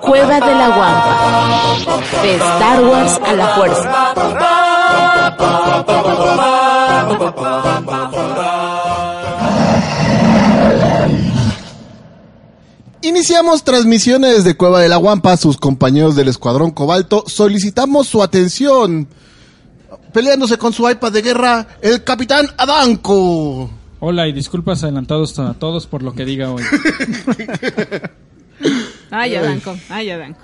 Cueva de la Guampa. De Star Wars a la fuerza. Iniciamos transmisiones de Cueva de la Guampa. Sus compañeros del Escuadrón Cobalto solicitamos su atención. Peleándose con su iPad de guerra, el Capitán Adanco. Hola y disculpas adelantados a todos por lo que diga hoy. Ay, Adanco, ay, Adanco.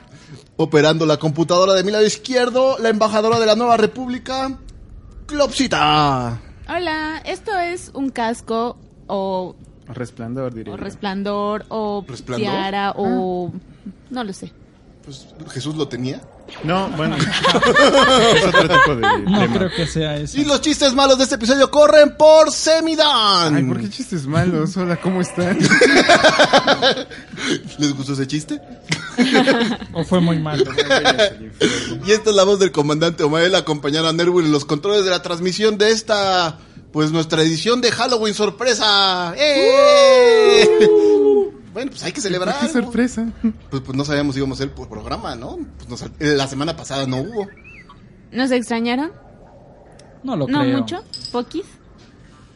Operando la computadora de mi lado izquierdo, la embajadora de la Nueva República, Clopsita. Hola, esto es un casco o, Resplandor, diría. o yo. resplandor o ¿Resplandor? tiara o... No lo sé. Pues Jesús lo tenía. No, bueno. es otro tipo de No tema. creo que sea eso. Y los chistes malos de este episodio corren por Semidan. Ay, ¿por qué chistes malos? Hola, ¿cómo están? ¿Les gustó ese chiste? O fue muy malo. Y esta es la voz del comandante Omael acompañando a Nerwin en los controles de la transmisión de esta, pues nuestra edición de Halloween sorpresa. ¡Eh! Bueno, pues hay que celebrar. Uh. ¡Qué ¿no? sorpresa! Pues, pues no sabíamos si íbamos a hacer por programa, ¿no? Pues nos- eh, la semana pasada no hubo. ¿Nos extrañaron? No lo ¿No creo. mucho? ¿Poquis?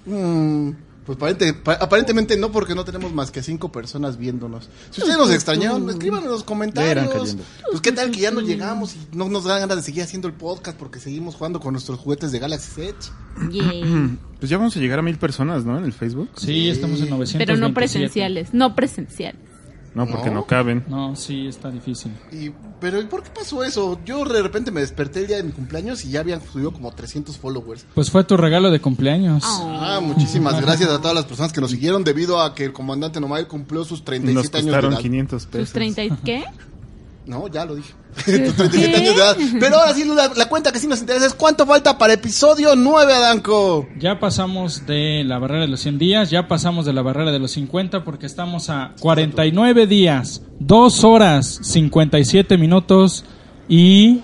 Mm, pues aparente- pa- aparentemente no, porque no tenemos más que cinco personas viéndonos. Si ustedes nos extrañaron, escriban en los irán comentarios. cayendo. Pues qué tal que ya no llegamos y no nos dan ganas de seguir haciendo el podcast porque seguimos jugando con nuestros juguetes de Galaxy Edge. Yay. Pues ya vamos a llegar a mil personas, ¿no? En el Facebook. Sí, estamos en 927. Pero no presenciales, no presenciales. No, porque No. no, caben. No, sí, está difícil. Y, pero ¿y por qué pasó eso? Yo de repente me desperté el día de mi cumpleaños y ya habían subido como 300 followers. Pues fue tu regalo de cumpleaños. Ah, muchísimas gracias a todas las personas que nos siguieron debido a que el comandante Nomai cumplió sus Nos 37 años de costaron edad. 500 pesos. ¿Sus 30 y qué? No, ya lo dije. ¿Qué? tus 37 años de edad. Pero ahora sí, la, la cuenta que sí nos interesa es cuánto falta para episodio 9, Adanco. Ya pasamos de la barrera de los 100 días, ya pasamos de la barrera de los 50 porque estamos a 49 días, 2 horas, 57 minutos y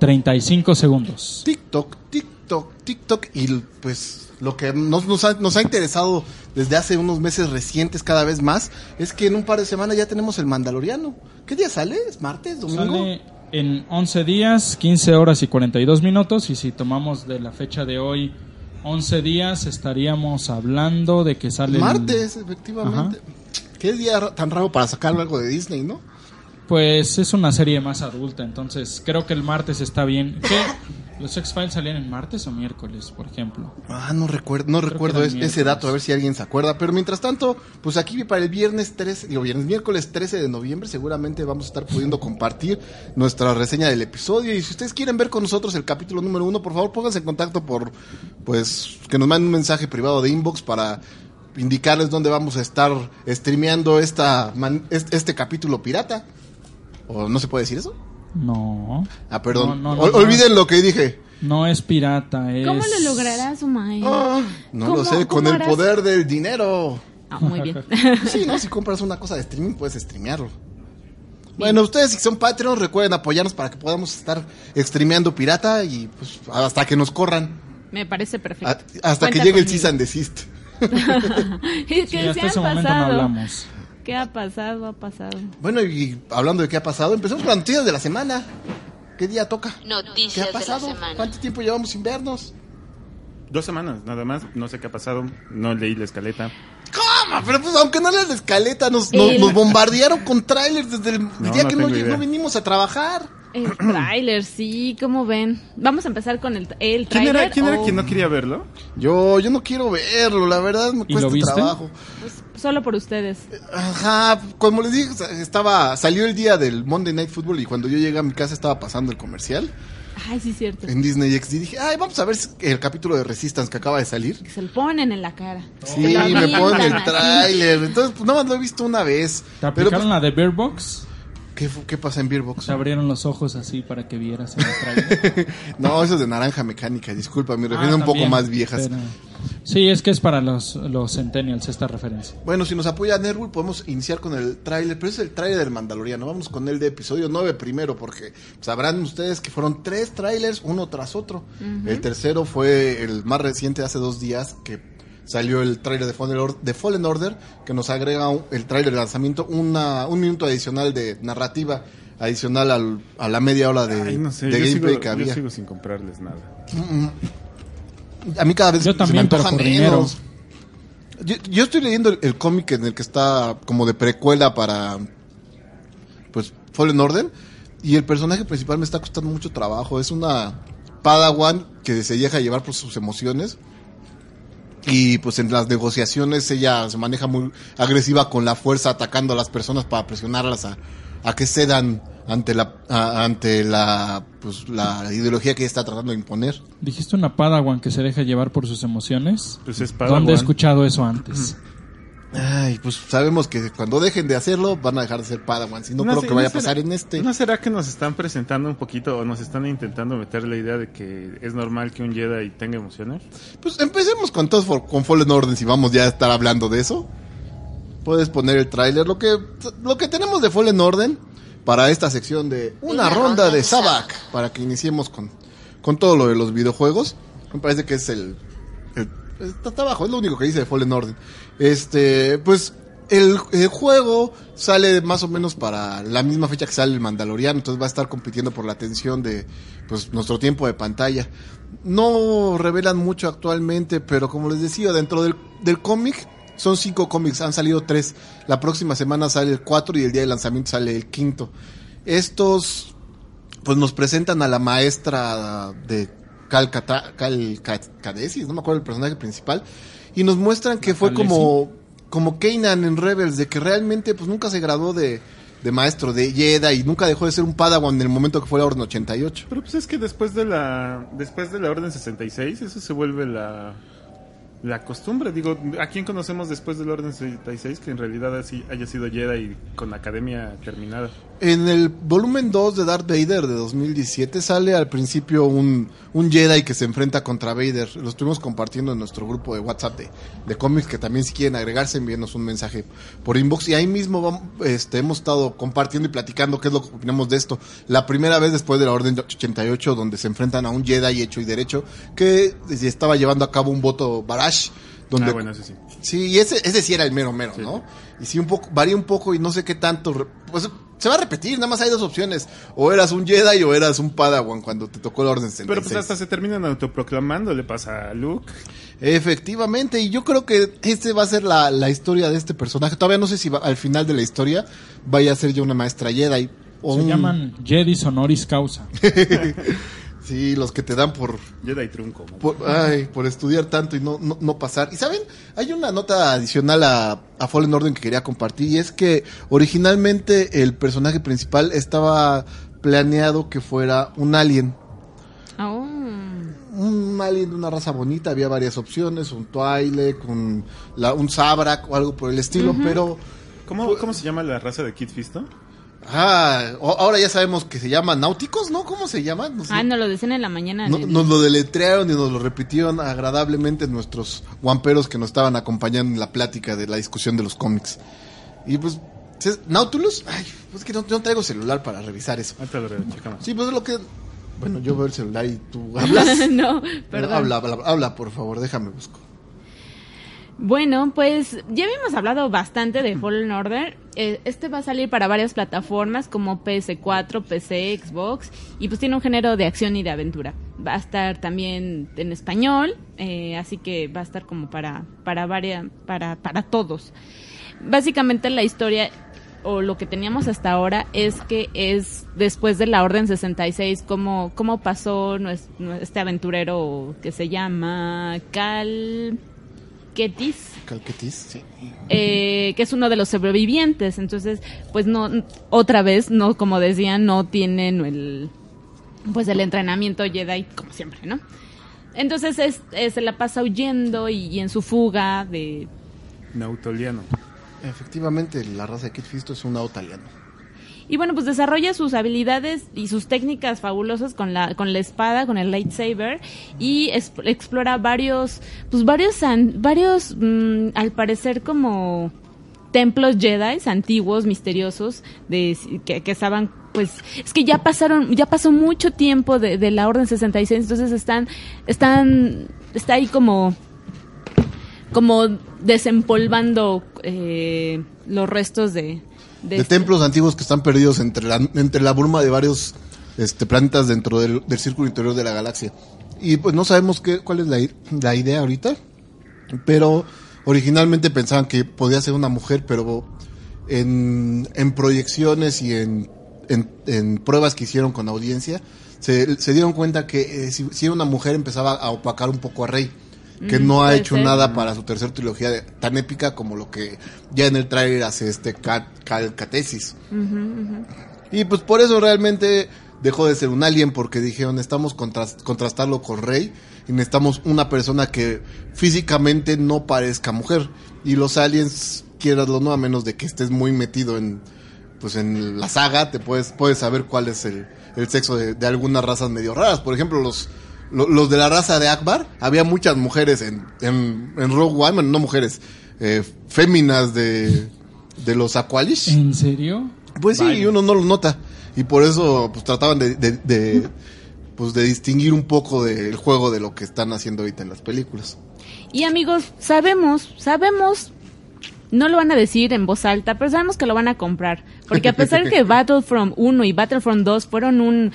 35 segundos. TikTok, TikTok, TikTok. Y pues lo que nos, nos ha, nos ha interesado desde hace unos meses recientes cada vez más es que en un par de semanas ya tenemos el Mandaloriano. ¿Qué día sale? ¿Es martes? ¿Domingo? Sale en 11 días, 15 horas y 42 minutos y si tomamos de la fecha de hoy 11 días estaríamos hablando de que sale el- Martes, efectivamente. Qué día ra- tan raro para sacar algo de Disney, ¿no? Pues es una serie más adulta, entonces creo que el martes está bien. ¿Qué? ¿Los X-Files salían en martes o miércoles, por ejemplo? Ah, no recuerdo, no recuerdo era es- ese miércoles. dato, a ver si alguien se acuerda. Pero mientras tanto, pues aquí para el viernes 13, digo, viernes, miércoles 13 de noviembre, seguramente vamos a estar pudiendo compartir nuestra reseña del episodio. Y si ustedes quieren ver con nosotros el capítulo número uno, por favor pónganse en contacto por, pues, que nos manden un mensaje privado de inbox para indicarles dónde vamos a estar streameando esta, man- este, este capítulo pirata. ¿O no se puede decir eso? No. Ah, perdón. No, no, no, Ol- no. olviden lo que dije. No es pirata, es... ¿Cómo lo lograrás, Umay? Ah, no ¿Cómo- lo sé, con cómo el harás? poder del dinero. Ah, muy bien. Sí, ¿no? Si compras una cosa de streaming, puedes streamearlo. Bueno, ustedes si son Patreon, recuerden apoyarnos para que podamos estar streameando pirata y pues hasta que nos corran. Me parece perfecto. A- hasta que Cuenta llegue el conmigo. cease and desist. Es Sí, que se hasta han ese momento no pasado. hablamos. ¿Qué ha pasado? Ha pasado. Bueno, y hablando de qué ha pasado, empezamos con las noticias de la semana. ¿Qué día toca? ¿Qué Noticias de ha la pasado? semana. ¿Cuánto tiempo llevamos sin vernos? Dos semanas, nada más. No sé qué ha pasado. No leí la escaleta. ¿Cómo? Pero pues aunque no leas la escaleta, nos, nos- El- nos bombardearon con trailers desde el día no que no, tengo lleg- idea. no vinimos a trabajar. El tráiler, sí, ¿cómo ven? Vamos a empezar con el, el ¿Quién tráiler. era, quién era o- quien no quería verlo? Yo, yo no quiero verlo, la verdad me ¿Y cuesta lo viste? trabajo. Pues, solo por ustedes. Ajá, como les dije, estaba, salió el día del Monday Night Football y cuando yo llegué a mi casa estaba pasando el comercial Ay, sí, cierto. en Disney XD. Dije, ay, vamos a ver el capítulo de Resistance que acaba de salir. Que se lo ponen en la cara. Sí, Te lo me avientan ponen el así. tráiler. Entonces, pues nada más lo he visto una vez. ¿Te Pero, aplicaron pues, la de Beer Box? ¿qué, fu- qué pasa en Beerbox? Se abrieron los ojos así para que vieras el trailer. No, eso es de Naranja Mecánica, disculpa, Ah, me refiero a un poco más viejas. Sí, es que es para los, los Centennials esta referencia. Bueno, si nos apoya Nerwul, podemos iniciar con el tráiler, pero es el tráiler del Mandaloriano. Vamos con el de episodio 9 primero, porque sabrán ustedes que fueron tres tráilers uno tras otro. El tercero fue el más reciente de hace dos días, que salió el tráiler de, Fallen Or- de Fallen Order, que nos agrega un- el tráiler de lanzamiento, una, un minuto adicional de narrativa, adicional al- a la media hora de, Ay, no sé, de yo, sigo, gameplay que yo había. sigo sin comprarles nada. A mí cada vez Yo también, pero por dinero. Yo, yo estoy leyendo el, el cómic en el que está como de precuela para pues Fallen Order y el personaje principal me está costando mucho trabajo. Es una Padawan que se deja llevar por sus emociones y pues en las negociaciones ella se maneja muy agresiva con la fuerza atacando a las personas para presionarlas a, a que cedan ante la a- ante la pues la ideología que ella está tratando de imponer. ¿Dijiste una Padawan que se deja llevar por sus emociones? Pues es ¿Dónde he Padawan. escuchado eso antes? Ay, pues sabemos que cuando dejen de hacerlo van a dejar de ser Padawan. Si no, creo sé- que vaya a será- pasar en este. ¿No será que nos están presentando un poquito o nos están intentando meter la idea de que es normal que un Jedi tenga emociones? Pues empecemos con todos for- con Fallen Order si vamos ya a estar hablando de eso. Puedes poner el tráiler. Lo que, lo que tenemos de Fallen Order para esta sección de una, ronda, de Sabac. Para que iniciemos con, con todo lo de los videojuegos. Me parece que es el, el- Eh, Está hasta abajo, es lo único que dice de Fallen Order. Este, pues el, el juego sale más o menos para la misma fecha que sale el Mandaloriano, entonces va a estar compitiendo por la atención de pues nuestro tiempo de pantalla. No revelan mucho actualmente, pero como les decía, dentro del, del cómic son cinco cómics, han salido tres. La próxima semana sale el cuatro y el día de lanzamiento sale el quinto. Estos pues nos presentan a la maestra de Calcata, Cal, Ca- Cadesis, no me acuerdo el personaje principal, y nos muestran que fue como, como Kanan en Rebels, de que realmente pues nunca se graduó de, de maestro de Jedi y nunca dejó de ser un Padawan en el momento que fue la Orden 88. Pero pues es que después de la después de la Orden 66 eso se vuelve la la costumbre, digo, ¿a quién conocemos después de la Orden 66 que en realidad así haya sido Jedi con la academia terminada? En el volumen 2 de Darth Vader de 2017 sale al principio un, un Jedi que se enfrenta contra Vader. Lo estuvimos compartiendo en nuestro grupo de WhatsApp de, de cómics, que también si quieren agregarse, envíenos un mensaje por inbox. Y ahí mismo vam- este, hemos estado compartiendo y platicando qué es lo que opinamos de esto. La primera vez después de la Orden 88, donde se enfrentan a un Jedi hecho y derecho, que eh, estaba llevando a cabo un voto Barash. Donde Ah, bueno, eso sí. Sí, y ese, ese sí era el mero mero, ¿no? Y sí, un poco, varía un poco y no sé qué tanto. re- Pues se va a repetir, nada más hay dos opciones. O eras un Jedi o eras un Padawan cuando te tocó la Orden 66. Pero pues hasta se terminan autoproclamando, le pasa a Luke. Efectivamente, y yo creo que este va a ser la, la historia de este personaje. Todavía no sé si va- al final de la historia vaya a ser ya una maestra Jedi. O Se un- llaman Jedi Honoris Causa. Sí, los que te dan por, Jedi trunco. man. por, ay, por estudiar tanto y no, no, no pasar. Y saben, hay una nota adicional a, a Fallen Order que quería compartir y es que originalmente el personaje principal estaba planeado que fuera un alien. Oh. Un alien de una raza bonita, había varias opciones, un Twi'lek, un, la- un Sabrak o algo por el estilo, pero ¿Cómo, ¿Cómo se llama la raza de Kid Fisto? ah, o- ahora ya sabemos que se llaman náuticos, ¿no? ¿Cómo se llaman? No sé. Ah, nos lo decían en la mañana. No- en el- nos lo deletrearon y nos lo repitieron agradablemente nuestros guamperos que nos estaban acompañando en la plática de la discusión de los cómics. Y pues, ¿sí? Nautilus, ay, pues que no, yo no traigo celular para revisar eso. Ahorita lo rechecamos. Sí, pues es lo que... Bueno, yo veo el celular y tú hablas. no, perdón. habla, habla, habla, por favor, déjame busco. Bueno, pues ya habíamos hablado bastante de Fallen Order. Eh, Este va a salir para varias plataformas como PS4, PC, Xbox y pues tiene un género de acción y de aventura. Va a estar también en español, eh, así que va a estar como para para varia- para para todos. Básicamente la historia o lo que teníamos hasta ahora es que es después de la Orden 66 cómo cómo pasó nues- nue- este aventurero que se llama Cal Ketis, Calquetis, sí. eh, que es uno de los sobrevivientes. Entonces, pues no, otra vez, no, como decía, no tienen el, pues el entrenamiento Jedi como siempre, ¿no? Entonces es, eh, se la pasa huyendo y, y en su fuga de Nautoliano. Efectivamente, la raza de Kit Fisto es un nautaliano. y bueno pues desarrolla sus habilidades y sus técnicas fabulosas con la con la espada con el lightsaber y es- explora varios pues varios an- varios mm, al parecer como templos Jedi antiguos misteriosos de que, que estaban pues es que ya pasaron ya pasó mucho tiempo de, de la orden 66 entonces están están está ahí como como desempolvando eh, los restos de... De, este- templos antiguos que están perdidos entre la, entre la bruma de varios este, planetas dentro del, del círculo interior de la galaxia. Y pues no sabemos qué, cuál es la, i- la idea ahorita, pero originalmente pensaban que podía ser una mujer, pero en, en proyecciones y en, en- en pruebas que hicieron con audiencia, se, se dieron cuenta que eh, si, si era una mujer empezaba a opacar un poco a Rey, que Mm, no ha puede hecho ser. nada nada para su tercer trilogía de- tan épica como lo que ya en el tráiler hace este Cat, Calcatesis. Y pues por eso realmente dejó de ser un alien porque dijeron estamos contras- contrastarlo con Rey y necesitamos una persona que físicamente no parezca mujer y los aliens quieraslo no a menos de que estés muy metido en pues en la saga te puedes puedes saber cuál es el, el sexo de, de algunas razas medio raras por ejemplo los lo- los de la raza de Akbar había muchas mujeres en en, en Rogue One bueno, no mujeres eh, féminas de de los Aqualish ¿En serio? pues sí, y uno no lo nota. Y por eso, pues trataban de, de- de, pues, de distinguir un poco del juego de lo que están haciendo ahorita en las películas. Y amigos, sabemos, sabemos, no lo van a decir en voz alta, pero sabemos que lo van a comprar. Porque a pesar que Battlefront 1 y Battlefront 2 fueron un...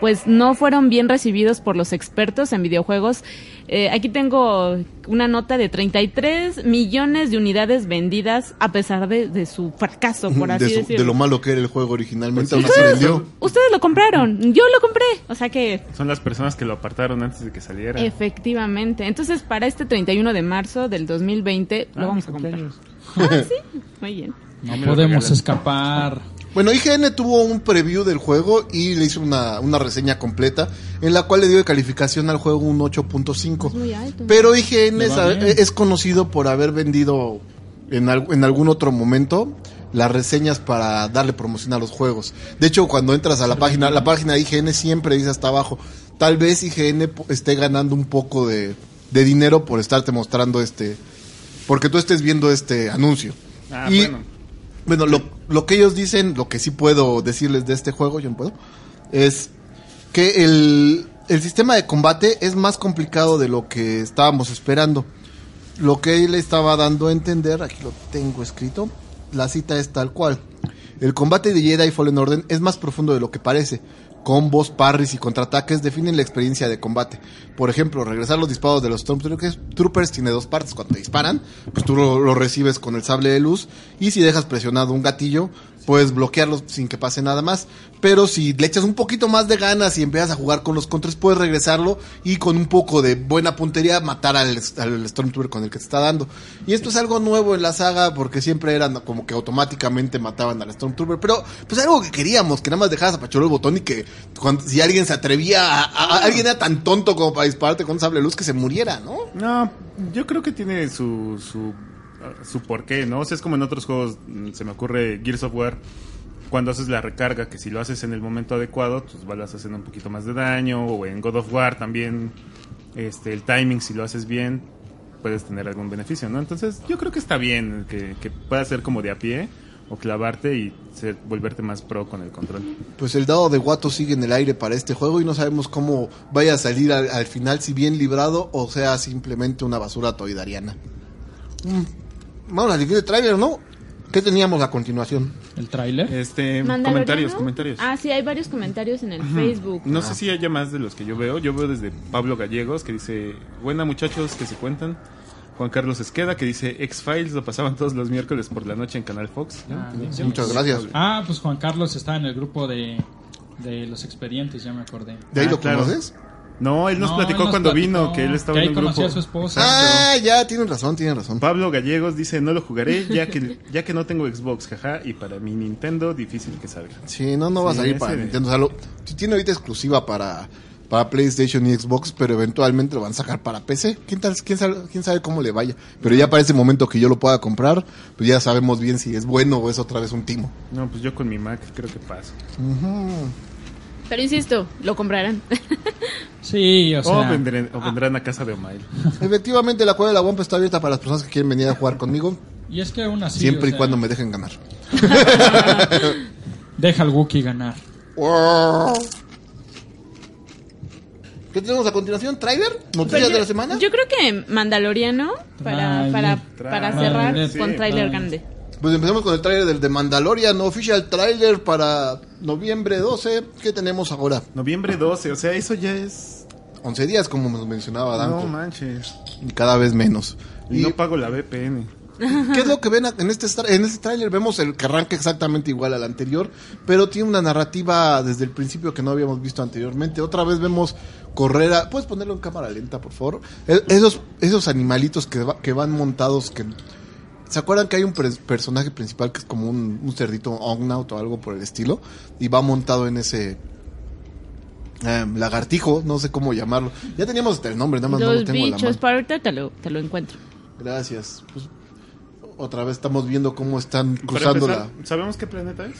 Pues no fueron bien recibidos por los expertos en videojuegos. Eh, aquí tengo una nota de 33 millones de unidades vendidas a pesar de, de su fracaso, por así de, su- decirlo. de lo malo que era el juego originalmente, Pues sí. aún así vendió. Ustedes lo compraron, yo lo compré. O sea que Son las personas que lo apartaron antes de que saliera. Efectivamente. Entonces, para este 31 de marzo del 2020 Ah, lo vamos mis a comprar. Ah, cumpleaños. Muy bien. No me lo podemos regalan. escapar. Bueno, IGN tuvo un preview del juego y le hizo una, una reseña completa en la cual le dio de calificación al juego un 8.5. Es muy alto. Pero IGN Le va sabe- bien. es conocido por haber vendido en, al- en algún otro momento las reseñas para darle promoción a los juegos. De hecho, cuando entras a la página, la página de IGN siempre dice hasta abajo, tal vez IGN po- esté ganando un poco de, de dinero por estarte mostrando este, porque tú estés viendo este anuncio. Ah, Y- bueno. bueno, lo, lo que ellos dicen, lo que sí puedo decirles de este juego, yo no puedo, es que el, el sistema de combate es más complicado de lo que estábamos esperando. Lo que él le estaba dando a entender, aquí lo tengo escrito, la cita es tal cual. El combate de Jedi Fallen Order es más profundo de lo que parece. Combos, parries y contraataques definen la experiencia de combate. Por ejemplo, regresar los disparos de los Stormtroopers troopers tiene dos partes. Cuando te disparan, pues tú lo, lo recibes con el sable de luz y si dejas presionado un gatillo, puedes bloquearlos sin que pase nada más. Pero si le echas un poquito más de ganas y empiezas a jugar con los contras, puedes regresarlo y con un poco de buena puntería matar al, al Stormtrooper con el que te está dando. Y esto es algo nuevo en la saga porque siempre eran como que automáticamente mataban al Stormtrooper. Pero pues algo que queríamos, que nada más dejaras apachurrar el botón y que cuando- si alguien se atrevía, a, a- a- alguien era tan tonto como para dispararte con un sable de luz que se muriera, ¿no? No, yo creo que tiene su, su, su porqué, ¿no? O sea, es como en otros juegos, mm, se me ocurre Gears of War, cuando haces la recarga, que si lo haces en el momento adecuado, tus balas hacen un poquito más de daño, o en God of War también, este, el timing, si lo haces bien, puedes tener algún beneficio, ¿no? Entonces, yo creo que está bien que, que puedas ser como de a pie, o clavarte y ser- volverte más pro con el control. Pues el dado de Guato sigue en el aire para este juego y no sabemos cómo vaya a salir al, al final, si bien librado o sea simplemente una basura toidariana. Mm, Vamos a seguir el trailer, ¿no? ¿Qué teníamos a continuación? ¿El tráiler? Este, Mandaloriano. comentarios, comentarios. Ah, sí, hay varios comentarios en el Facebook. No Ah. sé si haya más de los que yo veo. Yo veo desde Pablo Gallegos que dice, buena muchachos que se cuentan. Juan Carlos Esqueda que dice, X-Files lo pasaban todos los miércoles por la noche en Canal Fox. ¿no? Ah, Tenía- bien. Muchas gracias. Ah, pues Juan Carlos está en el grupo de, de los expedientes, ya me acordé. ¿De ahí Ah, lo claro. conoces? No, él nos No, platicó él nos cuando platicó vino que él estaba que ahí en un grupo. conocía a su esposa. Exacto. Ah, ya, tienen razón, tienen razón. Pablo Gallegos dice, no lo jugaré ya que, ya que no tengo Xbox, jaja, y para mi Nintendo difícil que salga. Sí, no, no va a Sí, salir ese para de- Nintendo. O sea, lo- sí tiene ahorita exclusiva para, para PlayStation y Xbox, pero eventualmente lo van a sacar para PC. ¿Quién, tal, quién, sabe, quién sabe cómo le vaya? Pero ya para ese momento que yo lo pueda comprar, pues ya sabemos bien si es bueno o es otra vez un timo. No, pues yo con mi Mac creo que paso. Pero insisto, lo comprarán. Sí, o O, sea. ah. vendré- o vendrán a casa de Omael. Efectivamente, la cueva de la Wampa está abierta para las personas que quieren venir a jugar conmigo, Y es que aún así. siempre o y sea, cuando me dejen ganar. Deja al Wookiee ganar. ¿Qué tenemos a continuación? ¿Trailer? ¿Noticias Pues de yo- la semana? Yo creo que Mandaloriano para, Trailer. para, Trailer. para cerrar Sí. con trailer Trailer. grande. Pues empecemos con el tráiler del de Mandalorian, Official Trailer para noviembre 12. ¿Qué tenemos ahora? Noviembre 12, o sea, eso ya es... 11 días, como nos mencionaba No Danco. manches. y cada vez menos. Y Y no pago la VPN. ¿Qué es lo que ven en este, tra- en este tráiler? Vemos el que arranca exactamente igual al anterior, pero tiene una narrativa desde el principio que no habíamos visto anteriormente. Otra vez vemos correr a... ¿Puedes ponerlo en cámara lenta, por favor? E- Esos, esos animalitos que, va- que van montados que... ¿Se acuerdan que hay un pre- personaje principal que es como un, un cerdito, Ognaut o algo por el estilo? Y va montado en ese... eh, lagartijo, no sé cómo llamarlo. Ya teníamos hasta el nombre, nada más no lo Dos tengo en la mano. bichos, para ahorita te lo, te lo encuentro. Gracias. Pues, otra vez estamos viendo cómo están Para cruzando la... empezar, ¿Sabemos qué planeta es?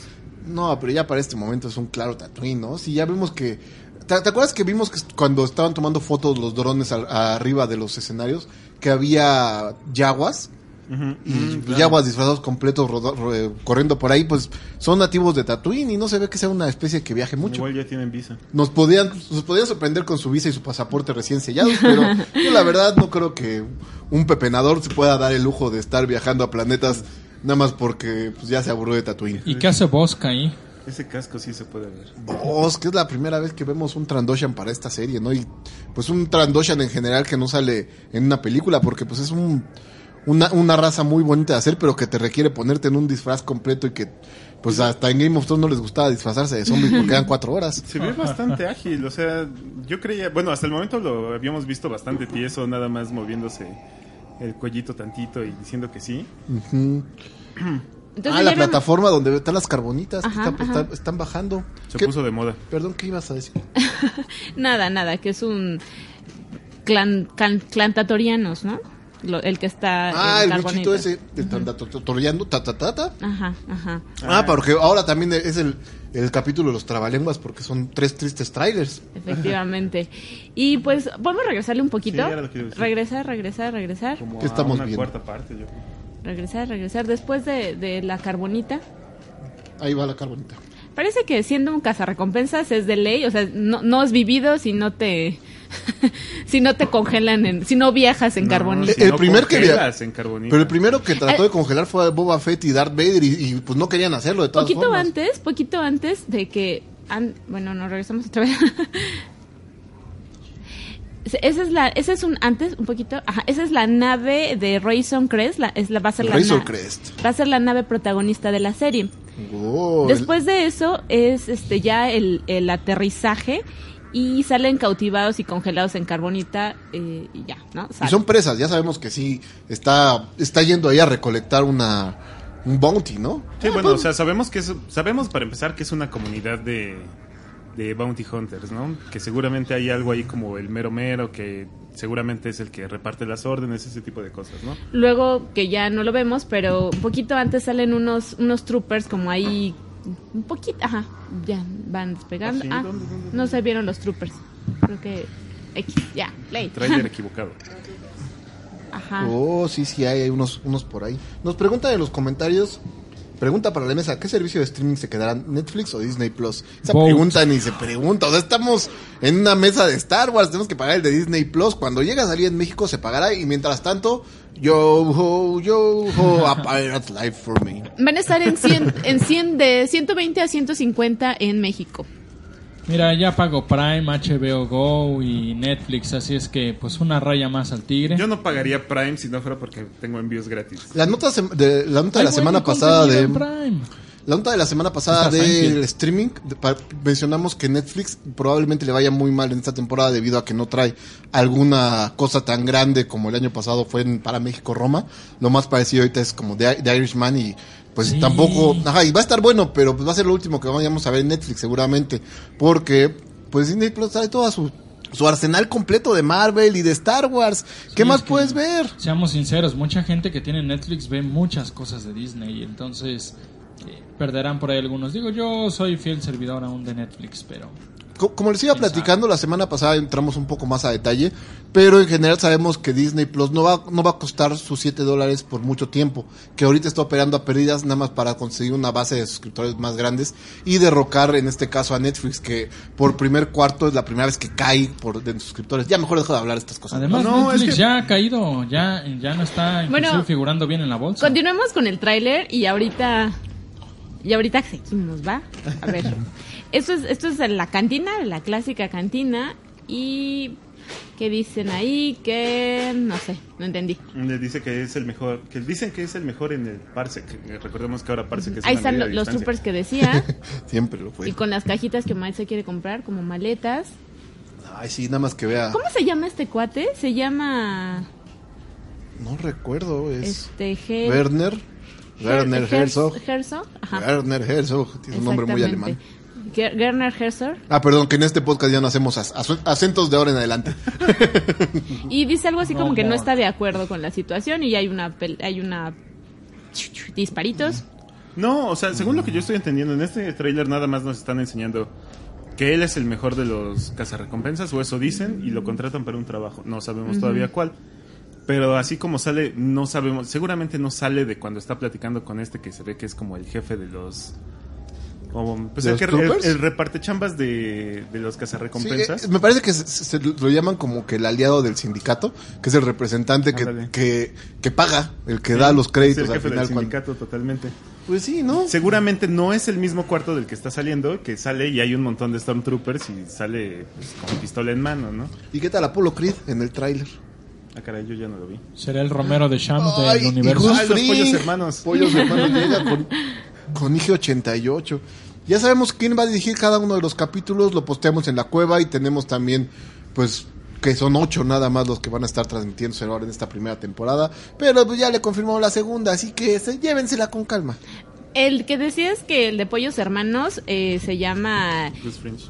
No, pero ya para este momento es un claro Tatooine, ¿no? Si ya vimos que... ¿Te, te acuerdas que vimos que est- cuando estaban tomando fotos los drones al- arriba de los escenarios que había yaguas? Y Mm, pues, yaguas disfrazados completos rodo- ro- eh, corriendo por ahí, pues son nativos de Tatooine y no se ve que sea una especie que viaje mucho. Igual ya tienen visa. Nos podían, nos podían sorprender con su visa y su pasaporte recién sellados, pero yo la verdad no creo que un pepenador se pueda dar el lujo de estar viajando a planetas nada más porque pues, ya se aburrió de Tatooine. ¿Y qué hace Bosca ahí? Ese casco sí se puede ver. Vos, que es la primera vez que vemos un Trandoshan para esta serie, ¿no? Y pues un Trandoshan en general que no sale en una película, porque pues es un, una, una raza muy bonita de hacer, pero que te requiere ponerte en un disfraz completo y que pues hasta en Game of Thrones no les gustaba disfrazarse de zombies porque eran cuatro horas. Se ve bastante ágil, o sea, yo creía, bueno, hasta el momento lo habíamos visto bastante tieso, nada más moviéndose el cuellito tantito y diciendo que sí. Entonces ah, la ya vemos- plataforma donde están las carbonitas que Ajá, está- ajá. está- están bajando. Se ¿Qué- puso de moda. Perdón, ¿qué ibas a decir? Nada, nada, que es un clan, can- clantatorianos, ¿no? Lo- el que está Ah, en el bichito Carbonita. ese, el tandatorreando, ta, ta, ta, ta. Ajá, ajá. Ah, porque ahora también es el, el capítulo de los trabalenguas porque son tres tristes trailers. Efectivamente. Y pues, ¿podemos regresarle un poquito? Sí, era lo que iba a decir. regresar, regresar, regresar, Como ¿Qué a estamos una viendo? cuarta parte, yo creo. regresar, regresar. Después de, de la carbonita. Ahí va la carbonita. Parece que siendo un cazarrecompensas es de ley, o sea, no, no has vivido si no te si no te congelan, en, si no viajas en carbonita. sí. El primer que congelas vea- en carbonita. Pero el primero que trató Eh. de congelar fue a Boba Fett y Darth Vader y, y, pues no querían hacerlo de todas Poquito formas. antes, poquito antes de que an- bueno, nos regresamos otra vez. Se- Esa es la, ese es un antes, un poquito, ajá, esa es la nave de Rayson Crest, la, es la, va a ser la Razor na- Crest. va a ser la nave protagonista de la serie. Wow, el- Después de eso es este ya el, el aterrizaje y salen cautivados y congelados en carbonita eh, y ya, ¿no? Y Salen. son presas, ya sabemos que sí está, está yendo ahí a recolectar una un bounty, ¿no? Sí, bueno, o sea, sabemos que es, sabemos para empezar que es una comunidad de, de bounty hunters, ¿no? Que seguramente hay algo ahí como el mero mero, que seguramente es el que reparte las órdenes, ese tipo de cosas, ¿no? Luego, que ya no lo vemos, pero un poquito antes salen unos, unos troopers como ahí, un poquito, ajá, ya van despegando. ¿Ah, sí? Ah, ¿Dónde, dónde, dónde? no se vieron los troopers. Creo que X, ya, play. Trailer equivocado. Ah. Ajá. Oh, sí, sí, hay, hay unos, unos por ahí. Nos preguntan en los comentarios. Pregunta para la mesa, ¿qué servicio de streaming se quedarán? ¿Netflix o Disney Plus? Esa Both. pregunta ni se pregunta. O sea, estamos en una mesa de Star Wars, tenemos que pagar el de Disney Plus. Cuando llegue a salir en México se pagará y mientras tanto, yo ho, yo ho, a pirate's life for me. Van a estar en 100, en 100 de 120 a 150 en México. Mira, ya pago Prime, HBO Go y Netflix, así es que pues una raya más al tigre. Yo no pagaría Prime si no fuera porque tengo envíos gratis. La nota, sem- de, la nota de Ay, la güey, semana mi pasada contenido de... en Prime. La nota de la semana pasada Está del Seinfeld. streaming, de- pa- mencionamos que Netflix probablemente le vaya muy mal en esta temporada debido a que no trae alguna cosa tan grande como el año pasado fue en- para México Roma. Lo más parecido ahorita es como The, The Irishman y pues Sí. tampoco, ajá, y va a estar bueno, pero pues va a ser lo último que vayamos a ver en Netflix seguramente, porque pues Disney Plus trae toda su su arsenal completo de Marvel y de Star Wars. ¿Qué Sí, más es que- puedes ver? Seamos sinceros, mucha gente que tiene Netflix ve muchas cosas de Disney, entonces eh, perderán por ahí algunos. Digo, yo soy fiel servidor aún de Netflix, pero co- como les iba platicando la semana pasada, entramos un poco más a detalle, pero en general sabemos que Disney Plus no va, no va a costar sus 7 dólares por mucho tiempo, que ahorita está operando a pérdidas nada más para conseguir una base de suscriptores más grandes y derrocar en este caso a Netflix, que por primer cuarto es la primera vez que cae por, de suscriptores. Ya mejor dejo de hablar estas cosas. Además, No, Netflix es que- ya ha caído, ya, ya no está inclusive Bueno, figurando bien en la bolsa. Continuemos con el tráiler y ahorita y ahorita seguimos, ¿va? A ver. esto es esto es en la cantina, la clásica cantina y qué dicen ahí que no sé, no entendí. Le dice que es el mejor, que dicen que es el mejor en el Parsec. Eh, Recordemos que ahora Parsec es ahí una están medida lo- de los distancia. troopers que decía Siempre lo y fue. con las cajitas que Mike se quiere comprar como maletas. Ay, sí, nada más que vea. ¿Cómo se llama este cuate? Se llama No recuerdo, es este Ger- Werner. Ger- Werner Herz- Herzog. Herzog, ajá. Werner Herzog, tiene un nombre muy exactamente. alemán. Ger- Gerner Herzog. Ah, perdón, que en este podcast ya no hacemos as- asu- acentos de ahora en adelante. Y dice algo así No como que no more. está de acuerdo con la situación y hay una pel- hay una disparitos. No, o sea, según lo que yo estoy entendiendo, en este tráiler nada más nos están enseñando que él es el mejor de los cazarrecompensas, o eso dicen, y lo contratan para un trabajo. No sabemos todavía cuál. Pero así como sale, no sabemos. Seguramente no sale de cuando está platicando con este que se ve que es como el jefe de los. como, pues ¿De el, los que re- troopers? el, reparte chambas de, de los Sí, cazarrecompensas. eh, me parece que se, se- se lo llaman como que el aliado del sindicato, que es el representante que, Ándale. que, que paga, el que da los Es créditos el al jefe final. del cuando- sindicato, totalmente. Pues sí, ¿no? Seguramente no es el mismo cuarto del que está saliendo, que sale y hay un montón de Stormtroopers y sale pues, con pistola en mano, ¿no? ¿Y qué tal Apolo Creed en el tráiler? Ah, caray, yo ya no lo vi. Será el Romero de Shams del Ay, y universo. Ay, los Fring, pollos hermanos. Pollos hermanos llega con, con IG88. Ya sabemos quién va a dirigir cada uno de los capítulos, lo posteamos en la cueva y tenemos también, pues, que son ocho nada más los que van a estar transmitiéndose ahora en esta primera temporada. Pero pues, ya le confirmó la segunda, así que se- llévensela con calma. El que decías que el de Pollos Hermanos eh, se llama Gus Fringe.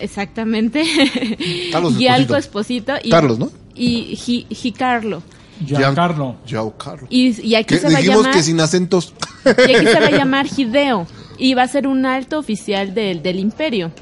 exactamente Carlos Gialco Esposito. Esposito y Carlos, ¿no? y Gi- Giancarlo. Giancarlo. Giancarlo. Y, y aquí Que se va a dijimos llamar que sin acentos. y aquí se va a llamar Hideo y va a ser un alto oficial del, del imperio.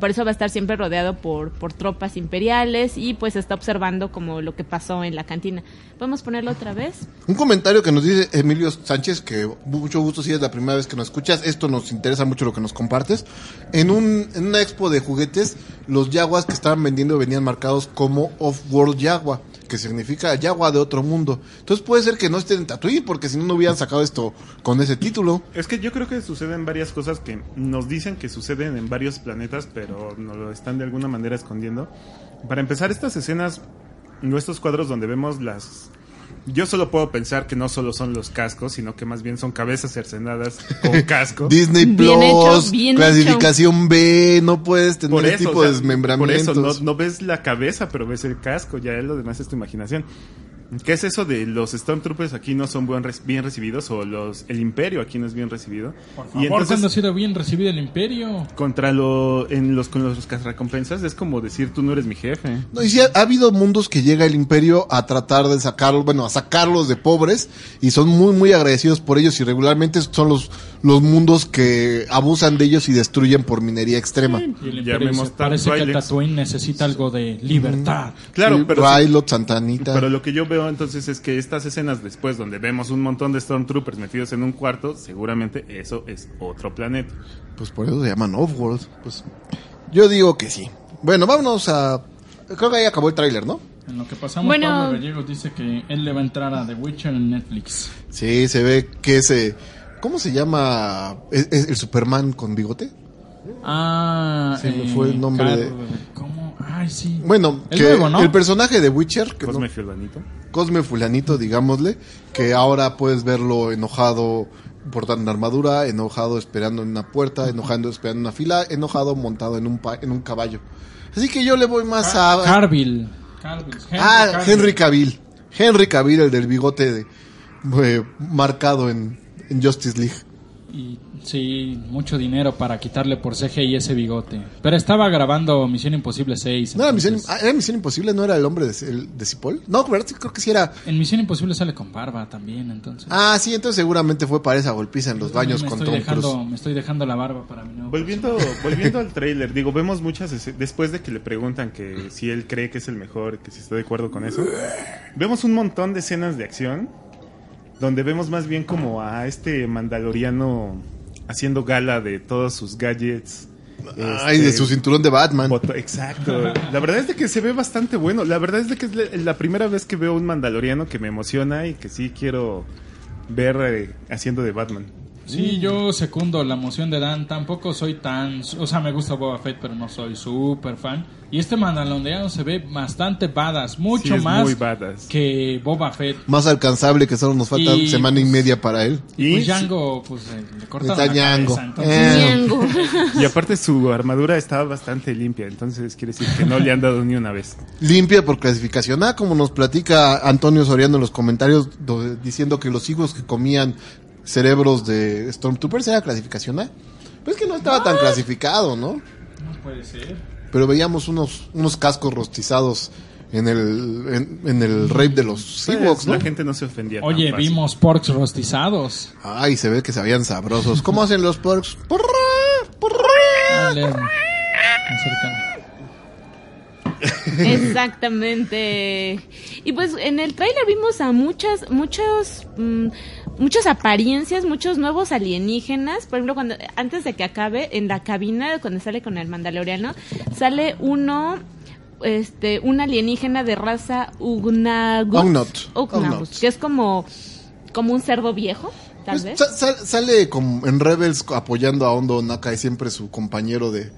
Por eso va a estar siempre rodeado por, por tropas imperiales y pues está observando como lo que pasó en la cantina. ¿Podemos ponerlo otra vez? Un comentario que nos dice Emilio Sánchez, que mucho gusto si es la primera vez que nos escuchas, esto nos interesa mucho lo que nos compartes. En, un, en una expo de juguetes, los yaguas que estaban vendiendo venían marcados como Off-World Yagua, que significa yagua de otro mundo. Entonces puede ser que no estén en Tatuí, porque si no, no hubieran sacado esto con ese título. Es que yo creo que suceden varias cosas que nos dicen que suceden en varios planetas, pero nos lo están de alguna manera escondiendo. Para empezar, estas escenas, no estos cuadros donde vemos las... Yo solo puedo pensar que no solo son los cascos, sino que más bien son cabezas cercenadas con casco. Disney Plus, Bien hecho, bien clasificación B, no puedes tener este tipo o sea, de desmembramientos. Por eso, no, no ves la cabeza, pero ves el casco, ya lo demás es tu imaginación. ¿Qué es eso de los Stormtroopers aquí no son buen res- bien recibidos o los el Imperio aquí no es bien recibido? Por favor, ¿cuándo ha sido bien recibido el imperio? contra lo en los con los recompensas es como decir tú no eres mi jefe. No, y sí, ha, ha habido mundos que llega el imperio a tratar de sacarlos, bueno, a sacarlos de pobres y son muy, muy agradecidos por ellos y regularmente son los, los mundos que abusan de ellos y destruyen por minería extrema. Y el Ya imperio vemos dice, parece que Twi'leks. Tatooine necesita algo de libertad. Claro, Sí, pero Rylot, Santanita. Pero lo que yo veo entonces es que estas escenas después donde vemos un montón de Stormtroopers metidos en un cuarto, seguramente eso es otro planeta. Pues por eso se llaman Offworld. Pues yo digo que sí. Bueno, vámonos a... Creo que ahí acabó el tráiler, ¿no? En lo que pasamos, Bueno. Pablo Gallegos dice que él le va a entrar a The Witcher en Netflix. Sí, se ve que ese... ¿Cómo se llama ¿Es- es el Superman con bigote? Ah, Se me fue el nombre de- ¿Cómo? Ay, sí. Bueno, el que nuevo, ¿no? el personaje de Witcher, que no- Cosme Fulanito. Cosme Fulanito, digámosle, que ahora puedes verlo enojado portando una armadura, enojado esperando en una puerta, enojando esperando en una fila, enojado montado en un, pa- en un caballo. Así que yo le voy más Ah, a... Carville. Carville. Ah, Henry Cavill. Henry Cavill, el del bigote de- eh, marcado en, en Justice League. Y sí, mucho dinero para quitarle por CGI ese bigote. Pero estaba grabando Misión Imposible 6. No, era entonces- misión, ah, era Misión imposible, no era el hombre de, el- de Cipoll. No, ¿verdad? Sí, creo que sí era. En Misión Imposible sale con barba también, entonces. Ah, sí, entonces seguramente fue para esa golpiza en los baños me con estoy Tom dejando, Cruise. Me estoy dejando la barba para mi nuevo Volviendo, volviendo al tráiler, digo, vemos muchas esce- después de que le preguntan que si él cree que es el mejor, que si está de acuerdo con eso. Vemos un montón de escenas de acción donde vemos más bien como a este mandaloriano haciendo gala de todos sus gadgets. Ay, de este, su cinturón de Batman. Foto- exacto. La verdad es de que se ve bastante bueno. La verdad es de que es la, la primera vez que veo un mandaloriano que me emociona y que sí quiero ver eh, haciendo de Batman. Mm. Sí, yo secundo la moción de Dan. Tampoco soy tan. O sea, me gusta Boba Fett, pero no soy súper fan. Y este mandalondeano se ve bastante badass. Mucho Sí, es más muy badass. que Boba Fett. Más alcanzable que solo nos falta Y- semana y media para él. Y, Y pues sí. Django, pues eh, le cortaron Está la Django. cabeza, entonces- Eh. Ñango. Y aparte su armadura estaba bastante limpia, entonces quiere decir que no le han dado ni una vez. Limpia por clasificación A, como nos platica Antonio Soriano en los comentarios do- diciendo que los hijos que comían cerebros de Stormtroopers era clasificación A. Pues que no estaba Ah. tan clasificado, ¿no? No puede ser. Pero veíamos unos, unos cascos rostizados en el, en, en el rape de los Pues, Ewoks, ¿no? La gente no se ofendía. tan Oye, fácil. vimos porks rostizados. Ay, se ve que sabían sabrosos. ¿Cómo hacen los porks? ¡Purra! ¡Purra! Dale, acércalo. Exactamente. Y pues en el tráiler vimos a muchas, muchos, mm, muchas apariencias, muchos nuevos alienígenas. Por ejemplo, cuando antes de que acabe en la cabina, cuando sale con el Mandaloriano, sale uno, este, un alienígena de raza Ugnagus, Ugnaught. Ugnagus, Ugnaught. que es como, como un cerdo viejo, tal Pues, vez. sa- sal- sale como en Rebels apoyando a Hondo Nakai, siempre su compañero de,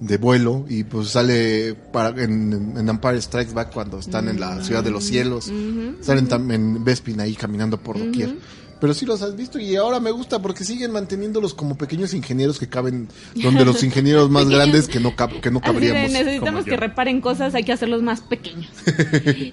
de vuelo. Y pues sale para, en, en Empire Strikes Back cuando están en Mm. la ciudad de los cielos. Mm-hmm. Salen tam- en Bespin ahí caminando por doquier. Pero sí los has visto y ahora me gusta porque siguen manteniéndolos como pequeños ingenieros que caben donde los ingenieros más grandes que no, cap- que no Así de, cabríamos. como necesitamos yo. que reparen cosas, hay que hacerlos más pequeños.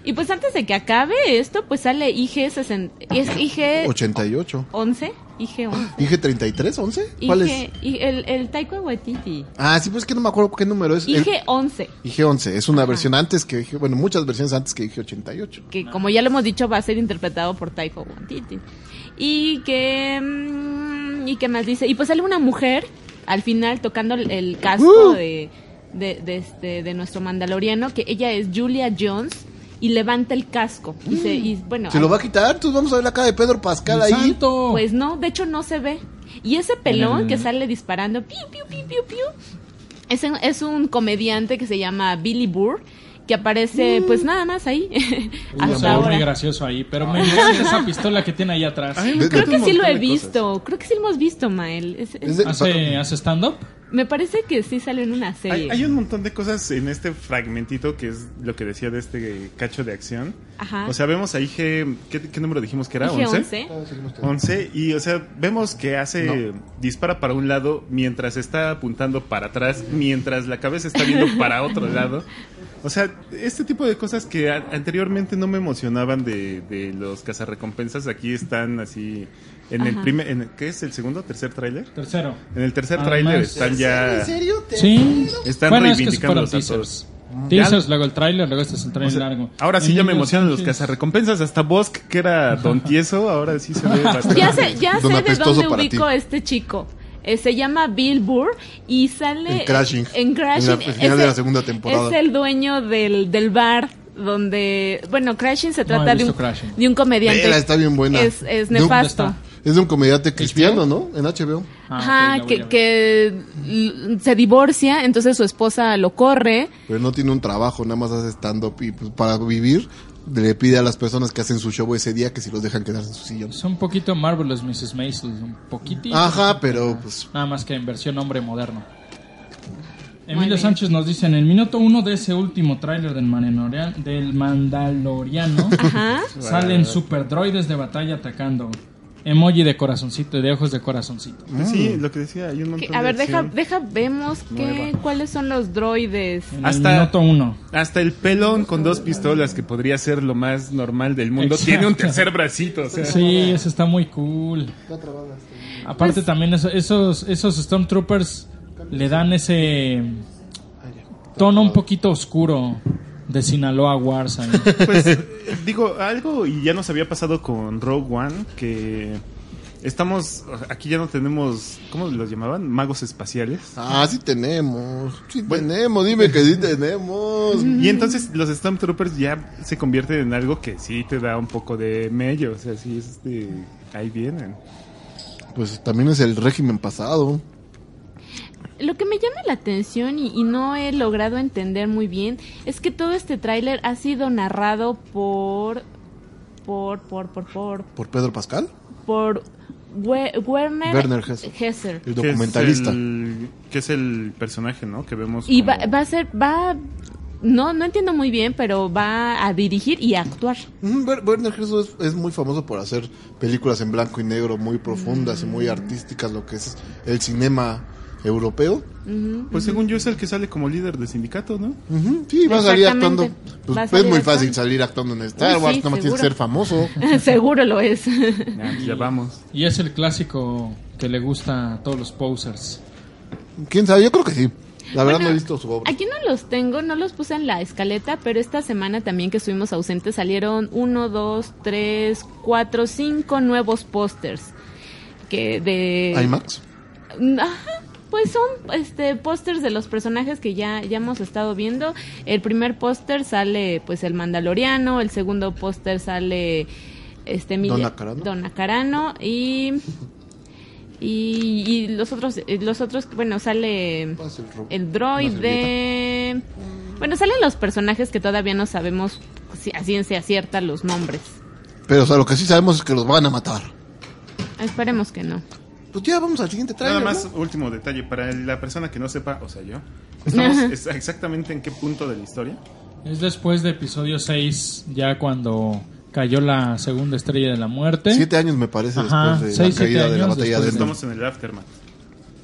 y pues antes de que acabe esto, pues sale IG 60, es IG 88. 11, IG 11. ¿Dije 33, 11? ¿Cuál es? IG, y el, el Taika Waititi. Ah, sí, pues es que no me acuerdo qué número es. El- IG 11, IG 11, es una versión antes que IG, bueno, muchas versiones antes que IG 88. que como ya lo hemos dicho va a ser interpretado por Taika Waititi. Y que mm, y qué más dice, y pues sale una mujer al final tocando el, el casco Uh. de de, de este, de nuestro mandaloriano, que ella es Julia Jones y levanta el casco y se y, bueno, Mm. ¿Se lo va a quitar? Entonces vamos a ver la cara de Pedro Pascal ahí. ¡Santo! Pues no, de hecho no se ve. Y ese pelón Mm. que sale disparando, piu, piu, piu, piu, piu, es, un- es un comediante que se llama Billy Burr, que aparece pues nada más ahí. Uy, se hasta ve muy ahora. gracioso ahí, pero me encanta esa pistola que tiene ahí atrás. Ay, me Creo Creo encanta que un sí lo montón he de visto, creo que sí lo hemos visto, Mael. Es- es- Es de- ¿Hace, hace stand-up? me parece que sí sale en una cosas. serie. Hay, hay un montón de cosas en este fragmentito que es lo que decía de este cacho de acción. Ajá. O sea, vemos a IG, ¿qué, qué número dijimos que era? Dije 11. 11. 11, y o sea, vemos que hace, dispara para un lado mientras está apuntando para atrás, mientras la cabeza está viendo para otro lado. O sea, este tipo de cosas que a- anteriormente no me emocionaban de, de los cazarrecompensas, aquí están así en el primer, en, el- ¿qué es el segundo o tercer tráiler? Tercero. En el tercer Ah, tráiler más. están ya... serio? Sí. Están reivindicando es que a fueron teasers. todos. Teasers, luego el tráiler, luego este es el o tráiler sea, largo. ahora sí En ya me Nicolas emocionan los Cage. cazarrecompensas, hasta Bosk, que era Don Tieso, ahora sí se ve bastante. Ya sé, ya Don sé de apestoso dónde para ubico ti. a este chico. Eh, se llama Bill Burr y sale En Crashing. En Crashing. En la- al final Es de la el- segunda temporada. Es el dueño del, del bar donde, bueno, Crashing se trata de, visto un, Crashing. de un comediante. Vela, está bien buena. Es, es De un- nefasto. ¿Dónde Es de un comediante cristiano, ¿no? En HBO. Ah, ok, Ajá, la voy a que, ver. que l- se divorcia, entonces su esposa lo corre. Pero no tiene un trabajo, nada más hace stand-up y pues, para vivir le pide a las personas que hacen su show ese día que si los dejan quedarse en sus sillones. Es un poquito Marvelous Mrs. Maisel, un poquitito. Ajá, pero pues Nada más que en versión hombre moderno. Muy Emilio bien. Sánchez nos dice en el minuto uno de ese último tráiler del, Mandalorian- del Mandaloriano Ajá. salen superdroides de batalla atacando. emoji de corazoncito, de ojos de corazoncito. Sí, lo que decía, hay un montón Que- de a ver, deja, acción. deja, vemos qué, cuáles son los droides. En Hasta- el minuto uno. Hasta el pelón con dos pistolas, que podría ser lo más normal del mundo, Exacto. tiene un tercer bracito. O sea, Sí, eso está muy cool. Aparte también eso- esos, esos Stormtroopers le dan ese tono un poquito oscuro de Sinaloa Wars. ahí. Pues eh, digo, algo, y ya nos había pasado con Rogue One, que estamos, aquí ya no tenemos, ¿cómo los llamaban? Magos espaciales. Ah, sí tenemos. Sí tenemos, dime que sí tenemos. Y entonces los Stormtroopers ya se convierten en algo que sí te da un poco de mello, o sea, sí, es este, ahí vienen. Pues también es el régimen pasado. Lo que me llama la atención y, y no he logrado entender muy bien es que todo este tráiler ha sido narrado por por por por por ¿Por Pedro Pascal? por We- Werner, Werner Herzog. Herzog. El Que es documentalista. el- Que es el, personaje, ¿no? Que vemos. Y como- va, va a ser va no no entiendo muy bien, pero va a dirigir y a actuar. Mm, Wer- Werner Herzog es, es muy famoso por hacer películas en blanco y negro muy profundas y muy artísticas, lo que es el cinema europeo. Pues según yo es el que sale como líder del sindicato, ¿no? Ujú, Sí, va a salir Exactamente. actuando. Pues, Va a es salir muy actuando. fácil salir actuando en Star Uy, sí, Wars, nada más tienes que seguro. ser famoso. Seguro lo es. Ah, ya vamos. Y es el clásico que le gusta a todos los posers. ¿Quién sabe? Yo creo que sí. La verdad no Bueno, he visto su obra. Aquí no los tengo, no los puse en la escaleta, pero esta semana también que estuvimos ausentes salieron uno, dos, tres, cuatro, cinco nuevos pósters. Que de. IMAX. Ajá, Pues son este pósters de los personajes que ya, ya hemos estado viendo. El primer póster sale pues el Mandaloriano, el segundo póster sale este Mille- Donna Carano. Donna Carano y, y y los otros eh, los otros bueno sale Pasa el ro- el una servilleta. droide. Bueno, salen los personajes que todavía no sabemos si a ciencia cierta los nombres. Pero o sea, lo que sí sabemos es que los van a matar. Esperemos que no. Pues ya vamos al siguiente trailer. Nada más, ¿no? último detalle, para la persona que no sepa, o sea, yo, estamos es- exactamente en qué punto de la historia. Es después de episodio 6, ya cuando cayó la segunda estrella de la muerte. Siete años me parece Ajá, después de seis, la siete caída de la años batalla de después Endor. Estamos en el aftermath.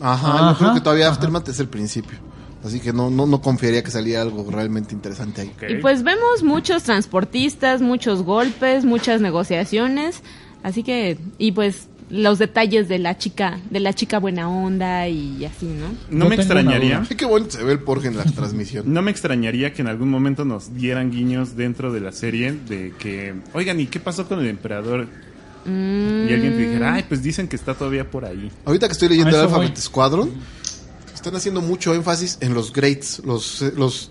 Ajá, yo Ajá, creo que todavía ajá. Aftermath es el principio. Así que no, no, no confiaría que salía algo realmente interesante ahí. ¿ok? Y pues vemos muchos transportistas, muchos golpes, muchas negociaciones, así que y pues los detalles de la chica, de la chica buena onda y así, ¿no? no Yo me tengo una extrañaría. Ay, qué bonito se ve el porje en la transmisión. No me extrañaría que en algún momento nos dieran guiños dentro de la serie de que, oigan, ¿y qué pasó con el emperador? Y alguien te Mm. dijera, ay, pues dicen que está todavía por ahí. Ahorita que estoy A leyendo el eso Alphabet voy. Squadron, están haciendo mucho énfasis en los greats, los, eh, los,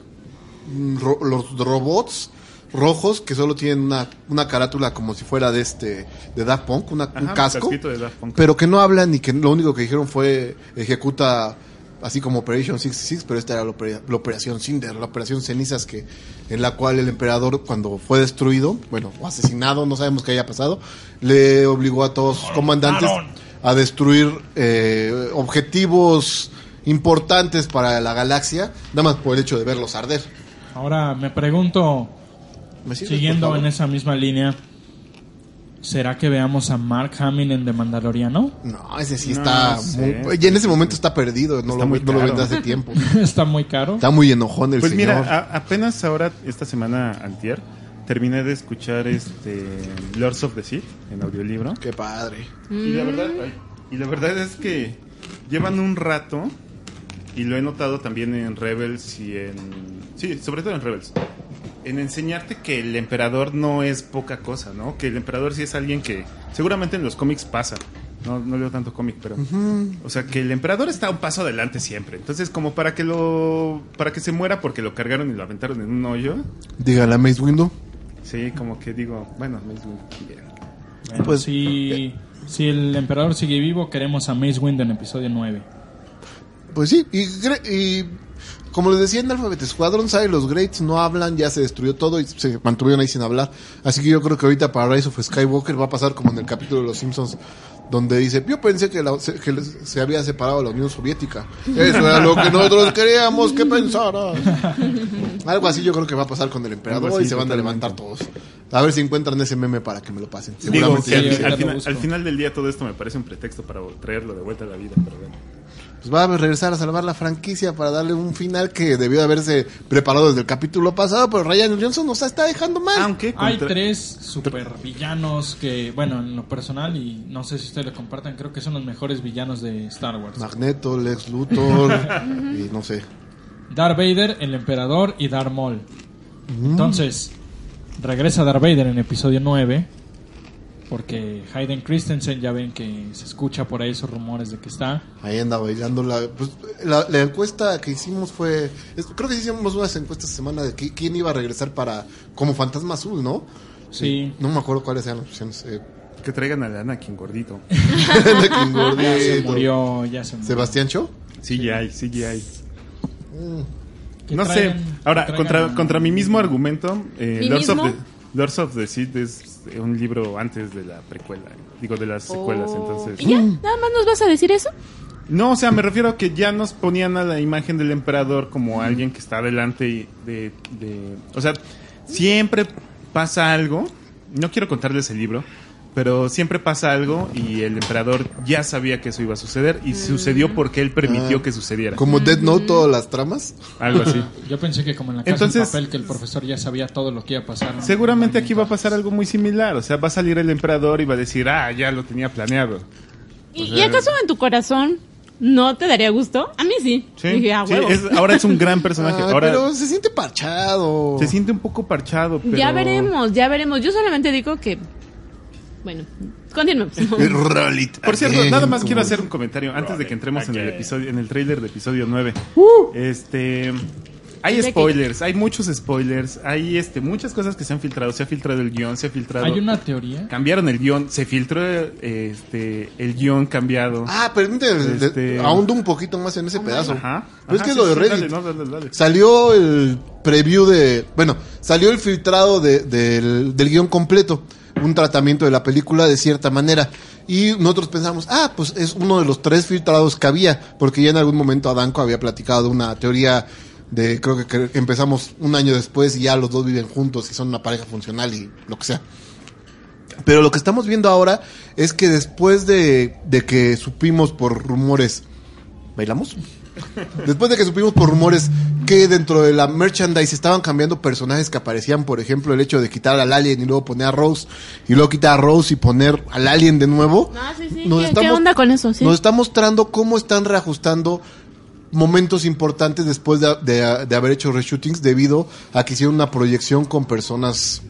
mm, ro- los robots rojos que solo tienen una, una carátula como si fuera de este de Daft Punk, una- Ajá, un casco, casquito de Daft Punk. pero que no hablan y que lo único que dijeron fue ejecuta así como Operation 66, pero esta era la, opera- la Operación Cinder, la Operación Cenizas que en la cual el emperador cuando fue destruido, bueno, o asesinado, no sabemos qué haya pasado, le obligó a todos sus comandantes a destruir eh, objetivos importantes para la galaxia, nada más por el hecho de verlos arder. Ahora me pregunto, ¿Me sigues, por siguiendo favor? en esa misma línea, ¿será que veamos a Mark Hamill en The Mandaloriano? No, ese sí No, está... no sé. muy- y en ese momento está perdido, no, Está lo, muy no lo caro. vende hace tiempo. Está muy caro. Está muy enojón el Pues señor. mira, a- apenas ahora, esta semana antier, terminé de escuchar este Lords of the Sith en audiolibro. Qué padre. Y la verdad, ay, y la verdad es que llevan un rato y lo he notado también en Rebels y en sí, sobre todo en Rebels. En enseñarte que el emperador no es poca cosa, ¿no? Que el emperador sí es alguien que seguramente en los cómics pasa. No, no leo tanto cómic, pero o sea, que el emperador está un paso adelante siempre. Entonces, como para que lo para que se muera porque lo cargaron y lo aventaron en un hoyo. Dígale a Mace Windu. Sí, como que digo, bueno, Mace Windu, bien. Bueno, Pues- si, si el emperador sigue vivo, queremos a Mace Windu en episodio 9. Pues sí, y, cre- y como les decía en Alphabet Squadron, ¿sabe? los Greats no hablan, ya se destruyó todo y se mantuvieron ahí sin hablar. Así que yo creo que ahorita para Rise of Skywalker va a pasar como en el capítulo de los Simpsons, donde dice, yo pensé que, la- se, que les- se había separado la Unión Soviética. Eso era lo que nosotros queríamos que pensara. Algo así yo creo que va a pasar con el emperador Algo así, y se van a levantar todos. A ver si encuentran ese meme para que me lo pasen. Digo, Seguramente que ya sí, al, lo ahorita al lo final, busco. al final del día todo esto me parece un pretexto para traerlo de vuelta a la vida, pero bueno. pues va a regresar a salvar la franquicia para darle un final que debió de haberse preparado desde el capítulo pasado, pero Ryan Johnson nos está dejando mal. Aunque Hay Eh, contra- tres supervillanos que, bueno, en lo personal, y no sé si ustedes lo compartan, creo que son los mejores villanos de Star Wars. Magneto, Lex Luthor y no sé. Darth Vader, el emperador y Darth Maul. Mm. Entonces, regresa Darth Vader en episodio 9. Porque Hayden Christensen, ya ven que se escucha por ahí esos rumores de que está. Ahí anda bailando la, pues, la, la encuesta que hicimos fue, es- creo que hicimos unas encuestas esta semana de qui- quién iba a regresar para como Fantasma Azul, ¿no? Sí. No me acuerdo cuáles eran las opciones. eh, que traigan al Anakin gordito. de King Gordito. Ya se murió, ya se murió. Sebastián Cho. CGI, CGI. Que No traigan- que sé. Ahora, traigan contra, a- contra mi mismo argumento, eh, ¿Mi Lords, Of mismo? the, Lords of the Seed es un libro antes de la precuela. Digo, de las secuelas, Oh. entonces. ¿Y ya? ¿Nada más nos vas a decir eso? No, o sea, me refiero a que ya nos ponían a la imagen del emperador como alguien que está delante y de, de- O sea, siempre pasa algo. No quiero contarles el libro, pero siempre pasa algo y el emperador ya sabía que eso iba a suceder y sucedió porque él permitió Mm. Ah. que sucediera. Como Dead Mm. Note, todas las tramas. Algo así. Yo pensé que como en la casa de Entonces- papel que el profesor ya sabía todo lo que iba a pasar. ¿no? Seguramente aquí va a pasar algo muy similar. O sea, va a salir el emperador y va a decir, ah, ya lo tenía planeado. ¿Y, sea- y acaso en tu corazón no te daría gusto? A mí sí. Sí, Dije, ah, sí, huevo. es- ahora es un gran personaje. Ah, ahora pero se siente parchado. se siente un poco parchado, pero... Ya veremos, ya veremos. Yo solamente digo que. Bueno, continuemos. Por cierto, Again, nada más como- quiero hacer un comentario antes de que entremos en el episodio, en el tráiler de episodio 9. Uh. Este, hay Mira que- spoilers, hay muchos spoilers, hay este muchas cosas que se han filtrado, se ha filtrado el guión, se ha filtrado. Hay una teoría. Cambiaron el guión, se filtró este el guión cambiado. Ah, permíteme, de- Este- Ah, ahondo un poquito más en ese pedazo. Ajá. Pero Ah, pues es Ajá, que sí, lo de sí, Reddit. dale, no, dale, dale. Salió el preview de. Bueno, salió el filtrado de- del, del guión completo. Un tratamiento de la película de cierta manera. Y nosotros pensamos, ah, pues es uno de los tres filtrados que había. Porque ya en algún momento Adanco había platicado una teoría de. Creo que, que empezamos un año después y ya los dos viven juntos y son una pareja funcional y lo que sea. Pero lo que estamos viendo ahora es que después de, de que supimos por rumores. ¿Bailamos? Después de que supimos por rumores que dentro de la merchandise estaban cambiando personajes que aparecían, por ejemplo, el hecho de quitar al alien y luego poner a Rose, y luego quitar a Rose y poner al alien de nuevo. Ah, sí, sí. Nos ¿Qué, estamos- qué onda con eso? Sí. Nos está mostrando cómo están reajustando momentos importantes después de, de- de haber hecho reshootings debido a que hicieron una proyección con personas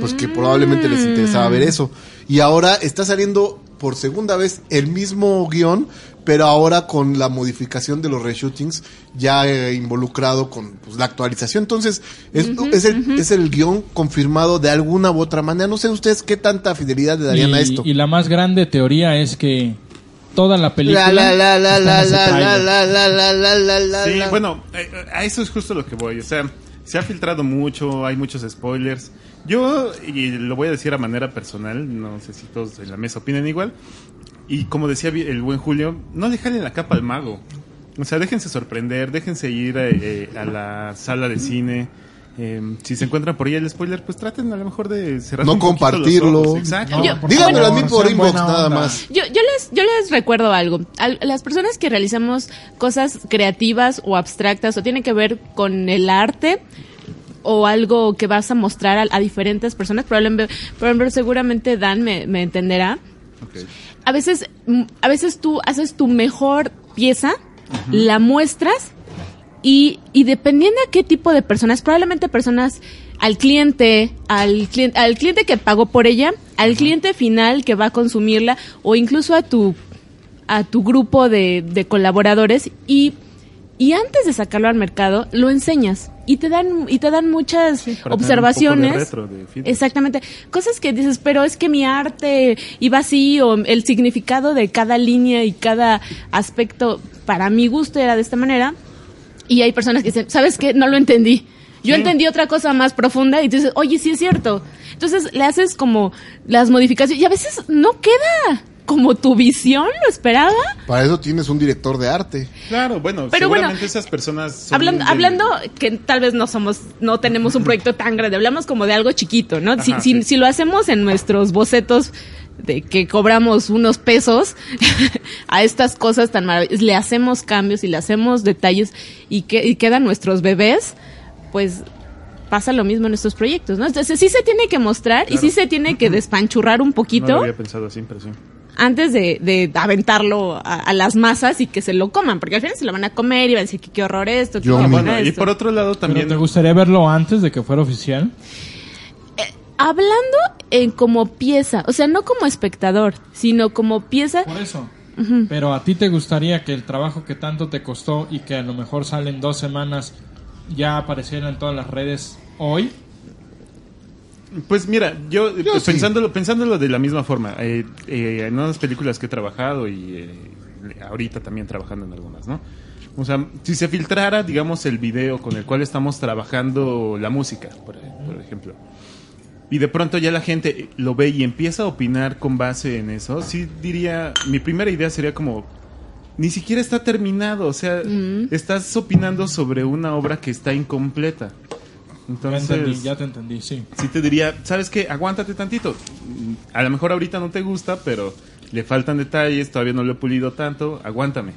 pues que probablemente les interesaba ver eso. Y ahora está saliendo por segunda vez el mismo guión, pero ahora con la modificación de los reshootings ya eh, involucrado con pues, la actualización. Entonces, es, es el, es el guión confirmado de alguna u otra manera. No sé ustedes qué tanta fidelidad le darían y, a esto. y la más grande teoría es que toda la película. está en ese tráiler. Sí, bueno, eh, eh, a eso es justo lo que voy. O sea, se ha filtrado mucho, hay muchos spoilers. Yo, y lo voy a decir a manera personal, no sé si todos en la mesa opinen igual. Y como decía bi- el buen Julio, no dejarle la capa al mago. O sea, déjense sorprender, déjense ir eh, eh, a la sala de cine. Eh, si se encuentran por ahí el spoiler, pues traten a lo mejor de cerrar No un poquito los compartirlo. ojos. Exacto. Yo- por Díganmelo favor, a mí por sean inbox buena nada onda. más. Yo, yo, les, yo les recuerdo algo. Al- las personas que realizamos cosas creativas o abstractas o tienen que ver con el arte o algo que vas a mostrar a, a diferentes personas, probablemente, por ejemplo, seguramente Dan me, me entenderá. A veces, mm, a veces tú haces tu mejor pieza, la muestras y, y dependiendo a qué tipo de personas, probablemente personas al cliente, al cliente, al cliente que pagó por ella, al cliente final que va a consumirla, o incluso a tu, a tu grupo de, de colaboradores, y, y antes de sacarlo al mercado, lo enseñas. Y te dan, y te dan muchas tener un observaciones. poco de retro, de feedback. Exactamente. Cosas que dices, pero es que mi arte iba así, o el significado de cada línea y cada aspecto, para mi gusto era de esta manera. Y hay personas que dicen, ¿sabes qué? No lo entendí. Yo entendí otra cosa más profunda y tú dices, oye, sí es cierto. Entonces le haces como las modificaciones y a veces no queda. como tu visión lo esperaba. Para eso tienes un director de arte. Claro, bueno, Pero bueno, seguramente esas personas son Hablando, del- hablando que tal vez no somos, no tenemos un proyecto tan grande, hablamos como de algo chiquito, ¿no? si, Ajá, si- sí. si lo hacemos en nuestros bocetos de que cobramos unos pesos a estas cosas tan maravillosas, le hacemos cambios y le hacemos detalles y, que, y quedan nuestros bebés, pues pasa lo mismo en estos proyectos, ¿no? Entonces sí se tiene que mostrar y sí se tiene que despanchurrar un No lo poquito había pensado así, pero sí. antes de, de aventarlo a, a las masas y que se lo coman, porque al final se lo van a comer y van a decir que qué horror esto, qué Yo horror me- Bueno, y esto". por otro lado también... ¿Pero te gustaría verlo antes de que fuera oficial? Hablando en como pieza, o sea, no como espectador, sino como pieza. Por eso. Pero a ti te gustaría que el trabajo que tanto te costó y que a lo mejor sale en dos semanas ya apareciera en todas las redes hoy. Pues mira, yo, eh, Yo sí. pensándolo, pensándolo de la misma forma, eh, eh, en unas películas que he trabajado y eh, ahorita también trabajando en algunas, ¿no? O sea, si se filtrara, digamos, el video con el cual estamos trabajando la música, por, e-, por ejemplo, y de pronto ya la gente lo ve y empieza a opinar con base en eso, sí diría, mi primera idea sería como, ni siquiera está terminado, o sea, Mm. estás opinando sobre una obra que está incompleta. Entonces, ya, entendí, ya te entendí, sí. sí te diría, ¿sabes qué? Aguántate tantito. Mm, A lo mejor ahorita no te gusta, pero le faltan detalles, todavía no lo he pulido tanto, aguántame.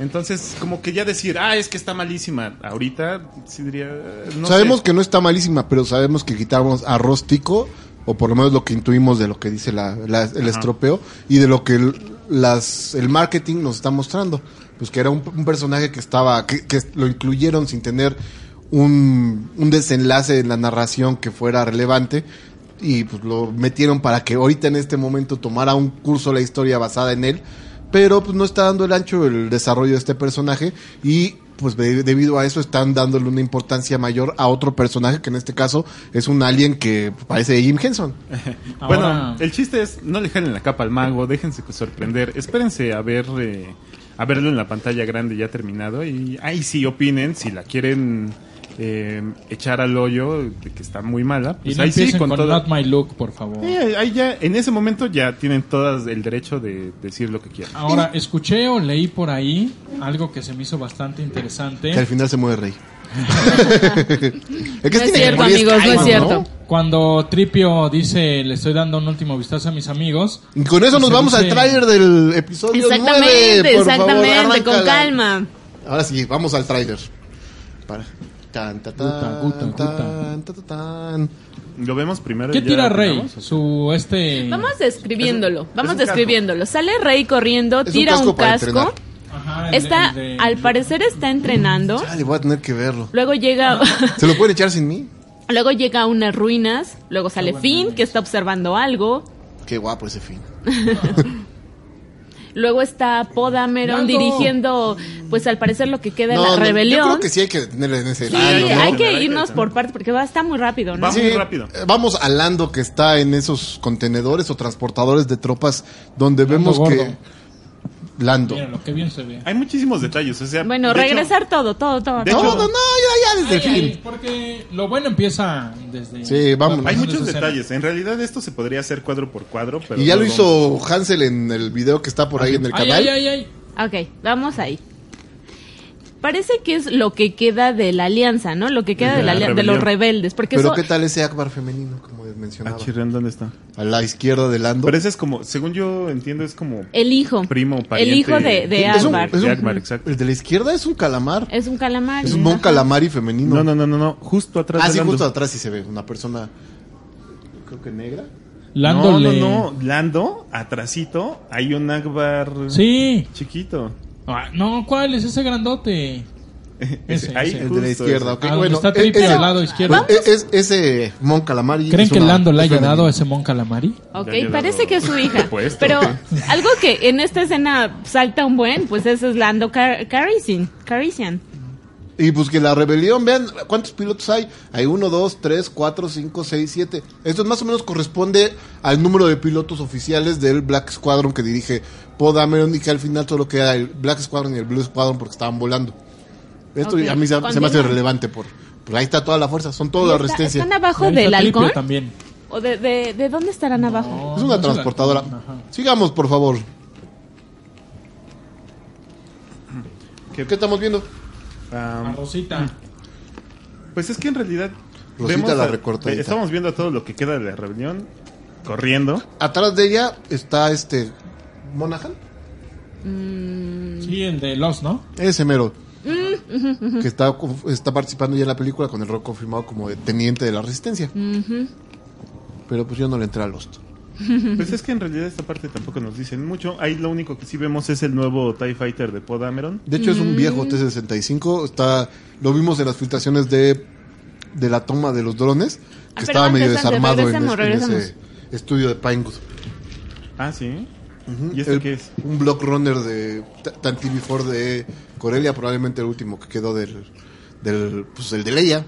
Entonces, como que ya decir, ah, es que está malísima. Ahorita sí diría, eh, no sabemos sé. que no está malísima, pero sabemos que quitamos arroz tico, o por lo menos lo que intuimos de lo que dice la- la- el estropeo y de lo que el, las, el marketing nos está mostrando. Pues que era un, un personaje que estaba, que, que lo incluyeron sin tener un, un desenlace en la narración que fuera relevante. Y pues lo metieron para que ahorita en este momento tomara un curso la historia basada en él. Pero pues no está dando el ancho el desarrollo de este personaje y pues de- debido a eso están dándole una importancia mayor a otro personaje que en este caso es un alien que parece Jim Henson. Bueno, Ahora- el chiste es no le jalen la capa al mago, déjense sorprender, espérense a ver eh, a verlo en la pantalla grande ya terminado y ahí sí opinen si la quieren eh, echar al hoyo de que está muy mala. Y Pues no ahí sí empiecen con, toda- Not My Look, por favor. Eh, ahí ya, en ese momento ya tienen todas el derecho de decir lo que quieran. Ahora, escuché o leí por ahí algo que se me hizo bastante interesante. Que al final se muere rey. No es cierto, amigos, no es cierto. Cuando Tripio dice, le estoy dando un último vistazo a mis amigos. Y con eso nos Se vamos al dice- tráiler del episodio Exactamente, nueve, por favor, exactamente, con arráncala. calma. Ahora sí, vamos al tráiler. Para. Tan, ta, tan, Guta, guta, guta. tan, ta, ta, tan. Lo vemos primero. ¿Qué y ya tira Rey? opinamos? Su este... Vamos describiéndolo, vamos un casco. describiéndolo. Sale Rey corriendo, Es un tira casco un para casco. entrenar. Ajá, el- está, el de- al parecer está entrenando. Dale, voy a tener que verlo. Luego llega, ¿Se lo pueden echar sin mí? luego llega a unas ruinas. Luego sale Finn que está observando algo. Qué guapo ese fin. Luego está Podameron Lando. dirigiendo, pues al parecer lo que queda de la Yo rebelión. creo que sí hay que detenerle en ese Sí, lado, Ah, ¿no? hay ¿no? que irnos por partes porque va a estar muy rápido, ¿no? Vamos Sí, rápido. eh, Vamos al Lando que está en esos contenedores o transportadores de tropas donde Lando vemos gordo. que Lando. Mira lo que bien se ve. Hay muchísimos detalles, o sea... Bueno, de hecho, regresar todo, todo, todo. de todo. hecho, No, no, no, ya, ya desde el Ay, ay, fin. porque lo bueno empieza desde... Sí, vámonos. hay no muchos desde cero. detalles. En realidad esto se podría hacer cuadro por cuadro, pero... Y ya no lo vamos. hizo Hansel en el video que está por ahí en el Ay, ay, canal. ay, ay. Ok, vamos ahí. Parece que es lo que queda de la alianza, ¿no? Lo que queda De de, la la alia- de los rebelión. rebeldes. Porque Pero eso- qué tal ese Akbar femenino, como mencionaba. Ah, chirrión, ¿dónde está? A la izquierda de Lando. Pero ese es como, según yo entiendo, es como... el hijo. Primo, El pariente. hijo de, de Es Akbar. De Akbar, exacto. El de la izquierda es un calamar. Es un calamar. Es un mon Ajá. calamari femenino. No, no, no, no, no. Justo atrás Ah, de sí, Lando. justo atrás sí se ve. Una persona, creo que negra. Lando no, le- no, no. Lando, atrasito, hay un Akbar Sí. chiquito. Ah, no, ¿cuál es ese grandote? Ese, Ahí, ese. El de la Justo izquierda, ese. ok. Ah, donde bueno, está e- Trippie ese- al lado izquierdo. Bueno, e- es- ese Mon Calamari. ¿Creen es que una- Lando le es haya femenino. dado a ese Mon Calamari? Ok, Ya parece llegado. que es su hija. Puesto. Pero algo que en esta escena salta un buen, pues ese es Lando Car Carician. Carician. Y pues que la rebelión, vean cuántos pilotos hay. Hay uno, dos, tres, cuatro, cinco, seis, siete. Esto más o menos corresponde al número de pilotos oficiales del Black Squadron que dirige Poe Dameron y que al final solo queda el Black Squadron y el Blue Squadron porque estaban volando. Esto Ok, a mí se, se me hace continúa. relevante por... por ahí está toda la fuerza, son toda Y la está- resistencia. Están abajo Ahí está del Tripio halcón. también. ¿O de, de, de dónde estarán abajo? No, Es una no transportadora. la- Ajá. Sigamos, por favor. ¿Qué, qué estamos viendo? Ah, La Rosita. Pues es que en realidad. Rosita la a- recortadita. Estamos viendo a todo lo que queda de la rebelión corriendo. Atrás de ella está este. ¿Monaghan? Sí, el de Los, ¿no? Ese mero. Mm, Que está, está participando ya en la película con el rol confirmado como de teniente de la resistencia. Pero pues yo no le entré a Lost. Pues es que en realidad esta parte tampoco nos dicen mucho. Ahí lo único que sí vemos es el nuevo TIE Fighter de Podameron. De hecho, es Mm. un viejo T-65. Está, lo vimos en las filtraciones de, de la toma de los drones. Que Ah, pero estaba antes, medio antes, desarmado en, regresemos, es- en ese regresemos. estudio de Pinewood. Ah, sí. ¿Y este El- qué es? Eh, Un block runner de T- Tantive Ford de Corelia, probablemente el último que quedó del, del pues el de Leia.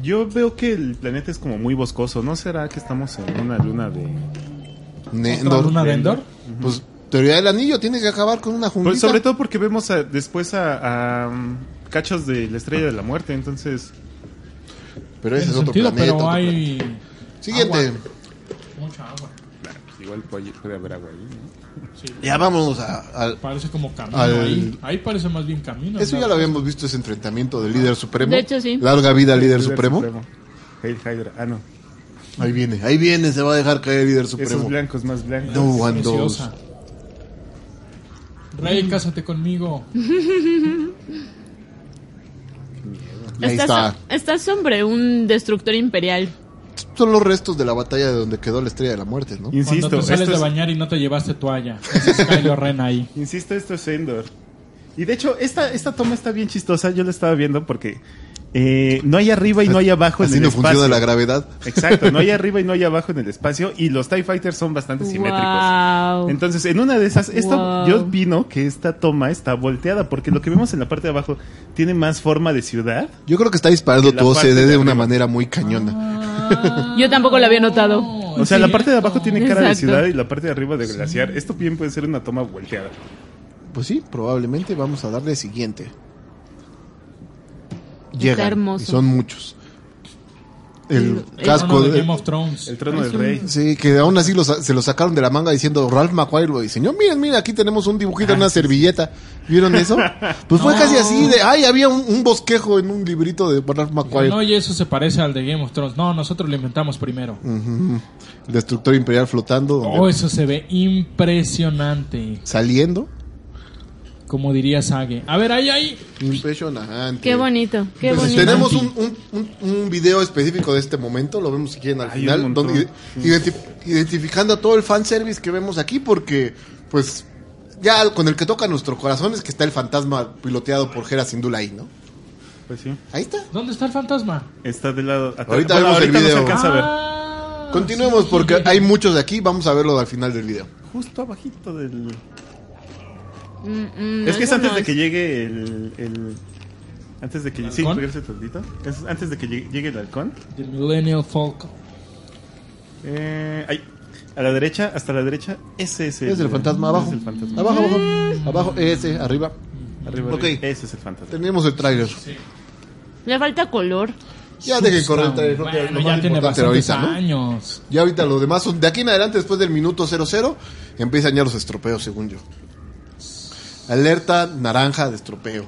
Yo veo que el planeta es como muy boscoso. ¿No será que estamos en una luna de.? ¿Otra Nendor. luna de Endor? Pues teoría del anillo, tiene que acabar con una Pues junglita. sobre todo porque vemos a- después a, a, um, cachos de la estrella de la muerte. Entonces, Pero Tiene ese es otro sentido, planeta. pero otro hay planeta. Siguiente. agua. mucha agua. igual puede, puede haber agua ahí. ¿no? Ya vámonos a, al- Parece como camino Al- ahí. Ahí parece más bien camino. Eso ya ¿no? lo habíamos visto, ese enfrentamiento del líder supremo. De hecho, sí. Larga vida, líder, supremo. Hail Hydra. Ah, no. Ahí viene, ahí viene, se va a dejar caer el líder Esos supremo. blancos más blancos. No one knows. Preciosa. Mm. Rey, cásate conmigo. Ahí está. Estás sobre un destructor imperial. Son los restos de la batalla de donde quedó la estrella de la muerte, ¿no? Insisto, Cuando te sales esto de es- bañar y no te llevaste toalla. Ese es Kylo Ren ahí. Insisto, esto es Endor. Y de hecho, esta, esta toma está bien chistosa. Yo la estaba viendo porque eh, no hay arriba y no hay abajo Así pues, en el no espacio. funciona la gravedad. Exacto, no hay arriba y no hay abajo en el espacio. Y los TIE Fighters son bastante simétricos. Wow. Entonces, en una de esas, esto, Wow. yo opino que esta toma está volteada porque lo que vemos en la parte de abajo tiene más forma de ciudad. Yo creo que está disparando De la tu OCD parte de, de una arriba. manera muy cañona. Yo tampoco lo había notado. O sea, la parte de abajo tiene cara de Exacto. ciudad y la parte de arriba de glaciar. Esto bien puede ser una toma volteada. Pues sí, probablemente vamos a darle siguiente. Está Llegan, hermoso. y son muchos. El El- el casco eh, de de, Game of Thrones. El trono del rey. Sí, que aún así lo sa- se lo sacaron de la manga diciendo Ralph McQuarrie lo diseñó. Miren, miren, aquí tenemos un Ah, dibujito en una servilleta. ¿Vieron eso? Pues fue casi así de, ay, había un, un bosquejo en un librito de Ralph McQuarrie. No, y eso se parece al de Game of Thrones. No, nosotros lo inventamos primero. Ujú. El destructor imperial flotando, donde- Oh, eso se ve impresionante. saliendo. Como diría Sage. A ver, ahí, ahí. Impresionante. Qué bonito, qué Entonces, bonito. tenemos un, un- un- un video específico de este momento, lo vemos si quieren al Hay un final, montón. donde ide- identi- identificando a todo el fanservice que vemos aquí, porque pues ya con el que toca nuestro corazón es que está el fantasma piloteado por Hera Syndulla ahí, ¿no? Pues sí. Ahí está. ¿Dónde está el fantasma? Está del lado. atrás. Ahorita vemos el no se video. alcanza a ver. Ah, Continuemos sí. porque hay muchos de aquí, vamos a verlo al final del video. Justo abajito del... Mm, mm, es que es eso antes no de que llegue el... el- Antes de que... Sí, ¿Halcón? regrese tantito. Es antes de que llegue, llegue el halcón. The Millennial Falcon. Eh, ahí. A la derecha, hasta la derecha. Ese es el... Es el fantasma abajo. Es el fantasma. Abajo, abajo. Abajo, ese, arriba. Arriba, Ok. arriba. Ese es el fantasma. Tenemos el tráiler. Le falta color. Ya dejen correr el tráiler, creo que Bueno, lo más ya tiene importante bastantes ahorita, ¿no? años. Ya ahorita los demás son de aquí en adelante, después del minuto 00, empiezan ya los estropeos, según yo. Alerta naranja de estropeo.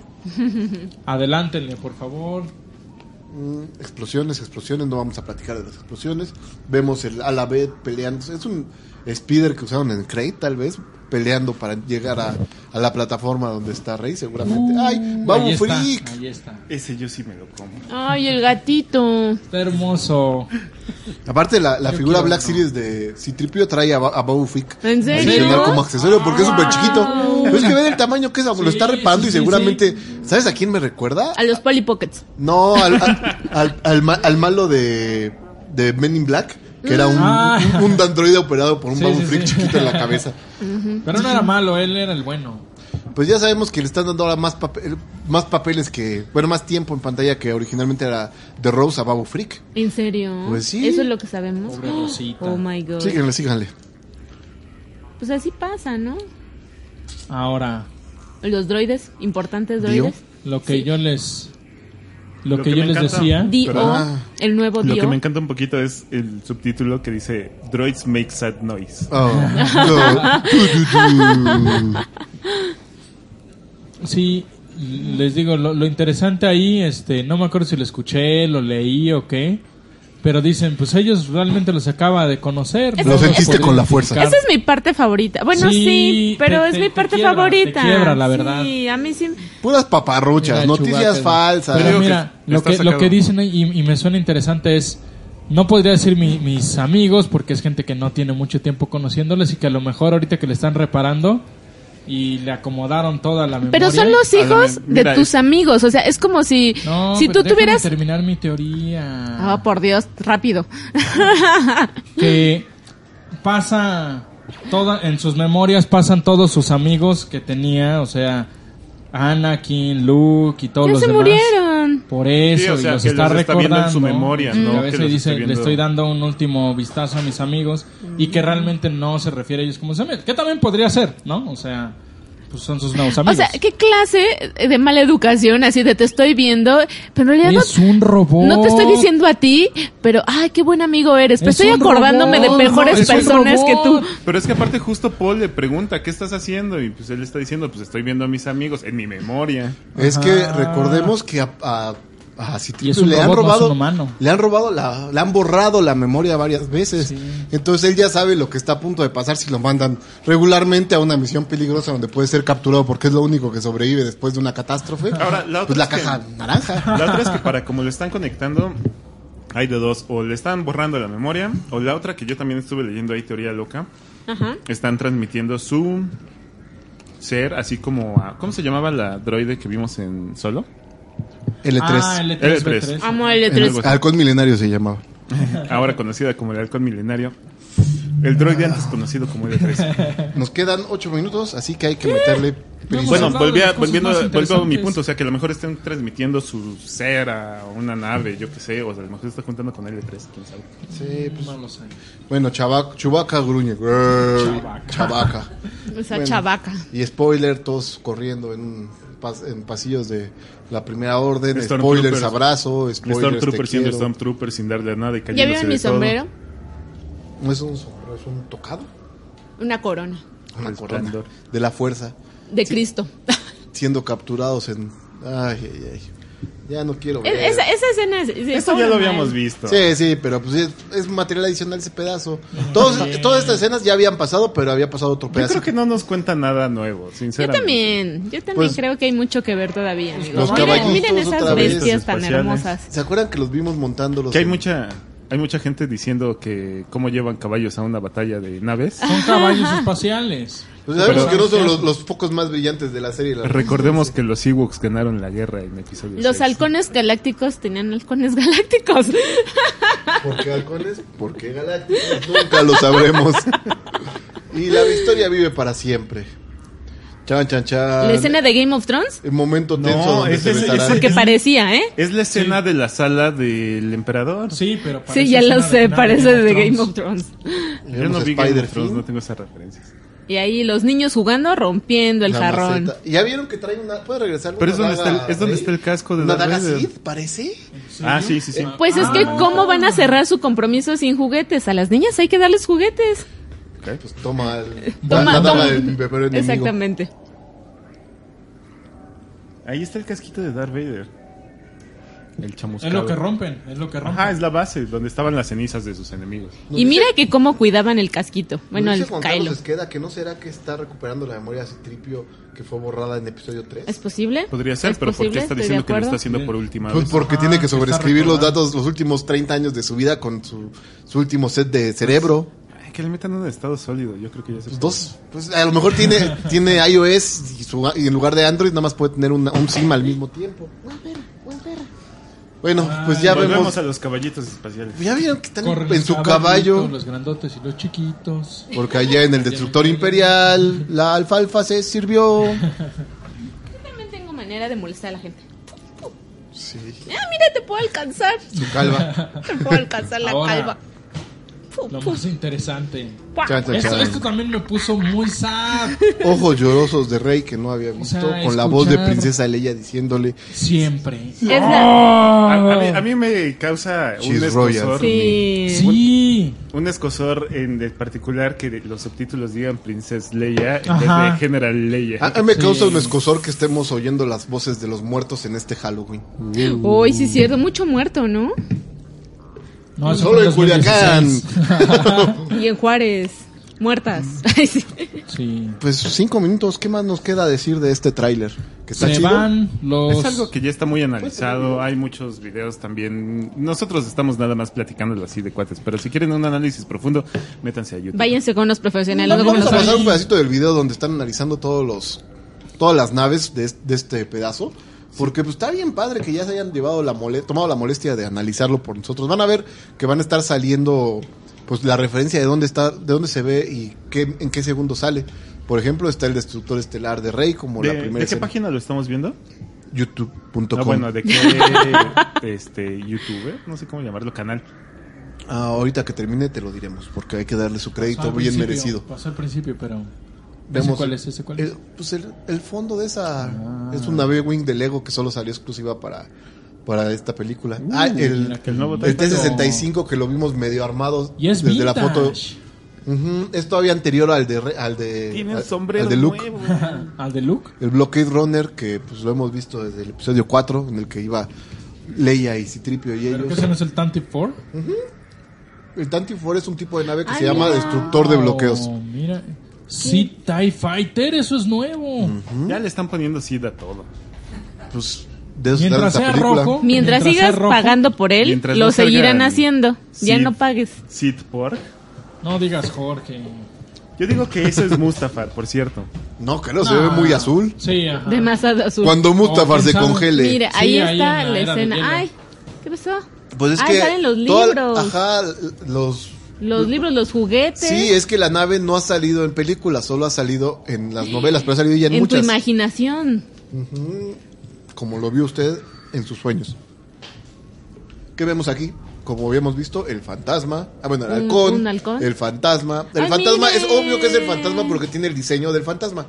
Adelántenle, por favor. Mm, Explosiones, explosiones, no vamos a platicar de las explosiones. Vemos el Alabed peleando, es un speeder que usaron en Crate tal vez, peleando para llegar a, a la plataforma donde está Rey seguramente. ¡Ay, Mm. ahí vamos está, freak! Ahí está. Ese yo sí me lo como. Ay, el gatito. Está hermoso. Aparte la, la Yo figura quiero Black uno. Series de Citripio trae a, Ba- a Babu Freak. ¿En serio? adicional como accesorio porque es súper chiquito. Pero es que ven el tamaño que es, lo está reparando sí, y sí, seguramente... ¿Sabes a quién me recuerda? A los Polly Pockets. No, al, al, al- al ma- al malo de, de Men in Black, que era un, Ah. un, un androide operado por un Sí, Babu sí, Freak sí. chiquito en la cabeza. Pero no era malo, él era el bueno. Pues ya sabemos que le están dando ahora más, papel, más papeles que... Bueno, más tiempo en pantalla que originalmente era de Rose a Babu Freak. ¿En serio? Pues sí. Eso es lo que sabemos. Pobre Rosita. Oh my god. Síganle, síganle. Pues así pasa, ¿no? Ahora, Los droides, importantes Dio. droides. lo que yo les Lo que yo me les encanta- decía- Dio, Perdón. el nuevo Lo que Dio. me encanta un poquito es el subtítulo que dice Droids make sad noise. Oh. Du, du, du. Sí, les digo, lo, lo interesante ahí, este, no me acuerdo si lo escuché, lo leí o qué, pero dicen, pues ellos realmente los acaba de conocer. Lo no sentiste podrían con la fuerza. explicar. Esa es mi parte favorita. Bueno, Sí, sí, pero te- es te- mi te parte quiebra, te favorita. quiebra, la verdad. Sí, a mí sí. Puras paparruchas, Mira, noticias Chewbacca. falsas. Pero Pero digo mira, que lo, está que, lo sacado. que dicen ahí, y, y me suena interesante es, no podría decir mi- mis amigos, porque es gente que no tiene mucho tiempo conociéndoles y que a lo mejor ahorita que le están reparando y le acomodaron toda la memoria. Pero son los A la hijos men- mira, de tus es- amigos. O sea, es como si, No, si pero tú déjame tuvieras. terminar mi teoría. Oh, por Dios, rápido. que pasa toda en sus memorias pasan todos sus amigos que tenía, o sea, Anakin, Luke y todos ya los se demás. murieron. Mm. Por eso Sí, o sea, y los que está los está viendo recordando en su memoria, y ¿no? a Que veces los está dice, viendo. le estoy dando un último vistazo a mis amigos y Mm. que realmente no se refiere a ellos como sus amigos, que también podría ser, ¿no? O sea, pues son sus nuevos O amigos. sea, ¿qué clase de mala educación así de te estoy viendo? Pero en realidad es un no, robot. no te estoy diciendo a ti, pero ay, qué buen amigo eres. Pero Es estoy un acordándome robot, de mejores es un personas que tú. robot. Pero es que aparte justo Paul le pregunta, ¿qué estás haciendo? Y pues él está diciendo, pues estoy viendo a mis amigos en mi memoria. Es que recordemos que a, a- a C-3PO Ah. Y es un le han robot, no es robado, un humano. le han robado, la, le han borrado la memoria varias veces. Entonces él ya sabe lo que está a punto de pasar si lo mandan regularmente a una misión peligrosa donde puede ser capturado porque es lo único que sobrevive después de una catástrofe. Ahora, la otra pues la es que- caja naranja. La otra es que para como le están conectando, hay de dos. O le están borrando la memoria, o la otra que yo también estuve leyendo ahí, teoría loca. Están transmitiendo su ser, así como a... ¿Cómo se llamaba la droide que vimos en Solo? L3. Ah, L3, L3. B3. Amo el En E3. el- Halcón Milenario se llamaba. Ahora conocida como el halcón milenario. El droide antes conocido como E L3. Nos quedan ocho minutos, así que hay que meterle prisa. Bueno, hablado de volví a- las cosas volviendo, más vuelvo a mi interesantes. punto. O sea, que a lo mejor estén transmitiendo su ser a una nave, yo qué sé. O sea, a lo mejor se está juntando con L3, quién sabe. Sí, pues, No lo sé. bueno, Chava- Chewbacca gruñe. Chavaca. Esa Bueno. chavaca. Y spoiler, todos corriendo en, un pas- en pasillos de la primera orden. Stormtroopers. Spoilers, abrazo. Spoilers, te Stormtrooper siendo quiero. Stormtrooper sin darle nada y ¿Ya cayéndose vieron de mi todo. sombrero? No es un sombrero, es un tocado. Una corona Una Resplandor. corona de la fuerza. de Cristo. Siendo capturados en... Ay, ay, ay. Ya no quiero ver. Es- Esa, esa escena es, es- Esto fue ya lo una habíamos madre. visto. Sí, sí, pero pues es, es material adicional ese pedazo. Todos, todas estas escenas ya habían pasado, pero había pasado otro Yo pedazo. creo que no nos cuenta nada nuevo, Yo sinceramente. también, yo también Pues, creo que hay mucho que ver todavía. amigos. los miren, caballitos miren esas otra vez, bestias tan espaciales. hermosas. ¿Se acuerdan que los vimos montándolos? Que hay en- mucha, hay mucha gente diciendo que cómo llevan caballos a una batalla de naves. Ah. Son caballos espaciales. Pues sabemos Pero- que no son los, los focos más brillantes de la serie. la- Recordemos que los Ewoks ganaron la guerra en episodio Los seis. halcones galácticos tenían halcones galácticos. ¿Por qué halcones? ¿Por qué galácticos? Nunca lo sabremos. Y la victoria vive para siempre. Chan, chan, chan. La escena de Game of Thrones, El momento tenso No, donde es- se es- besarán. es- porque parecía, ¿eh? Es la escena de la sala del emperador. Sí, pero parece Sí, ya lo escena sé, final de parece Game of de Thrones. Game of Thrones. Yo no Vemos vi Game of Spider-Fin, Thrones, no tengo esas referencias. Y ahí los niños jugando, rompiendo el la jarrón. maceta. Y ya vieron que trae una... ¿Puede regresar? Pero es una donde está el- daga es donde Rey? está el casco de ¿Una Darth daga Vader. Sith, parece? Ah, sí, sí, sí. Pues es Ah. que, ¿cómo van a cerrar su compromiso sin juguetes? A las niñas hay que darles juguetes. Pues toma... el- Toma, la daga toma. del emperador enemigo. Exactamente. Ahí está el casquito de Darth Vader. El chamuscado. Es lo que rompen, es lo que rompen. Ajá, es la base donde estaban las cenizas de sus enemigos. Nos y dice- mira que cómo cuidaban el casquito. Bueno, nos el dice Juan Kylo. Carlos Esqueda que no será que está recuperando la memoria de Citripio que fue borrada en episodio 3. ¿Es posible? Podría ser, ¿Es pero ¿por qué posible? está Estoy de diciendo que lo acuerdo. está haciendo por última Pues vez? porque Ah, tiene que que está sobreescribir los recordando. datos, los últimos 30 años de su vida con su, su último set de cerebro. Ay, que le metan un estado sólido, yo creo que ya se Pues puede. dos. Pues a lo mejor tiene, tiene iOS y, su- y en lugar de Android nada más puede tener una- un SIM al mismo tiempo. Bueno, pues ya Volvemos vemos. a los caballitos espaciales. Ya vieron que están Corren en su los caballo. caballitos, Los grandotes y los chiquitos. Porque allá en el Destructor Imperial la alfalfa se sirvió. Yo también tengo manera de molestar a la gente. Sí, Ah, mira, te puedo alcanzar. su calva. Te puedo alcanzar la Ahora, calva. Lo más interesante. Chan, chan, Esto, chan. esto también me puso muy sad. Ojos llorosos de rey que no había visto, sea, con la voz de escuchar- princesa Leia diciéndole, Siempre. Ah. Es la- Ah. A, a mí, a mí me causa un She's royal. escosor, Sí. Sí. un escosor en el particular que de- los subtítulos digan Princess Leia en vez Ajá. de General Leia. a a mí me Sí. causa un escosor que estemos oyendo las voces de los muertos en este Halloween. Uy, sí, es cierto. Mucho muerto, ¿no? No, eso Solo fue en Culiacán. 2016. Y en Juárez. Muertas. Ay, sí. Sí. Pues cinco minutos, ¿qué más nos queda decir de este tráiler? Que está Se chido. van los. Es algo que ya está muy analizado, hay muchos videos también. Nosotros estamos nada más platicándolo así de cuates, pero si quieren un análisis profundo, métanse a YouTube. Váyanse con los profesionales. No, no con Vamos a Vámonos nosotros. pasar ahí. un pedacito del video donde están analizando todos los todas las naves de, es- de este pedazo. Porque pues está bien padre que ya se hayan llevado la mole- tomado la molestia de analizarlo por nosotros. Van a ver que van a estar saliendo pues la referencia de dónde está, de dónde se ve y qué, en qué segundo sale. Por ejemplo, está el destructor estelar de Rey como ¿De, la de primera qué escena. página lo estamos viendo? youtube.com. No, Ah, bueno, de qué este, YouTube, no sé cómo llamarlo, canal. Ah, ahorita que termine te lo diremos porque hay que darle su crédito Pasó Ah, al bien principio, merecido. Pasó al principio, pero. Vemos- ¿Ese cuál es? ¿Ese cuál es? Ah. Eh, pues el, el fondo de esa es una B-Wing de Lego que solo salió exclusiva para, para esta película. ah, el, Uh, mira que el nuevo el Type T-65 que lo vimos medio armado Y es desde vintage. la foto. Ujú, es todavía anterior al de, Re- al de, Tiene al- un sombrero al de Luke. nuevo. ¿Al de Luke? El Blockade Runner que pues lo hemos visto desde el episodio 4 en el que iba Leia y Citripio y ¿Pero que ellos. ese no es el Tantive 4? El Tantifor es un tipo de nave que Ay, se llama mira. Destructor de Bloqueos. Oh, mira. Sí, TIE Fighter, eso es nuevo. Mm. Ya le están poniendo SIDA a todo. Pues de eso se trata Mientras esta sea película. rojo. Mientras Mientras, sea sigas rojo. pagando por él, Mientras lo no salgan seguirán haciendo. Ya Sid- no pagues. Sid por. No digas Jorge. Yo digo que eso es Mustafar, por cierto. No, que no, se ve muy azul. Sí, ajá. Demasiado azul. Cuando Mustafar quién se sabe. congele. Mira, Sí, ahí ahí está en la la era de hielo. escena. Ay, ¿qué pasó? Pues es Ay, que salen los toda- libros. ajá, los Los libros, los juguetes. Sí, es que la nave no ha salido en películas, solo ha salido en las novelas, pero ha salido ya en, en tu muchas. imaginación. Como lo vio usted en sus sueños. ¿Qué vemos aquí? Como habíamos visto, el fantasma. Ah, bueno, el Un- halcón. un halcón. El fantasma. El Ay, fantasma miren. es obvio que es el fantasma porque tiene el diseño del fantasma.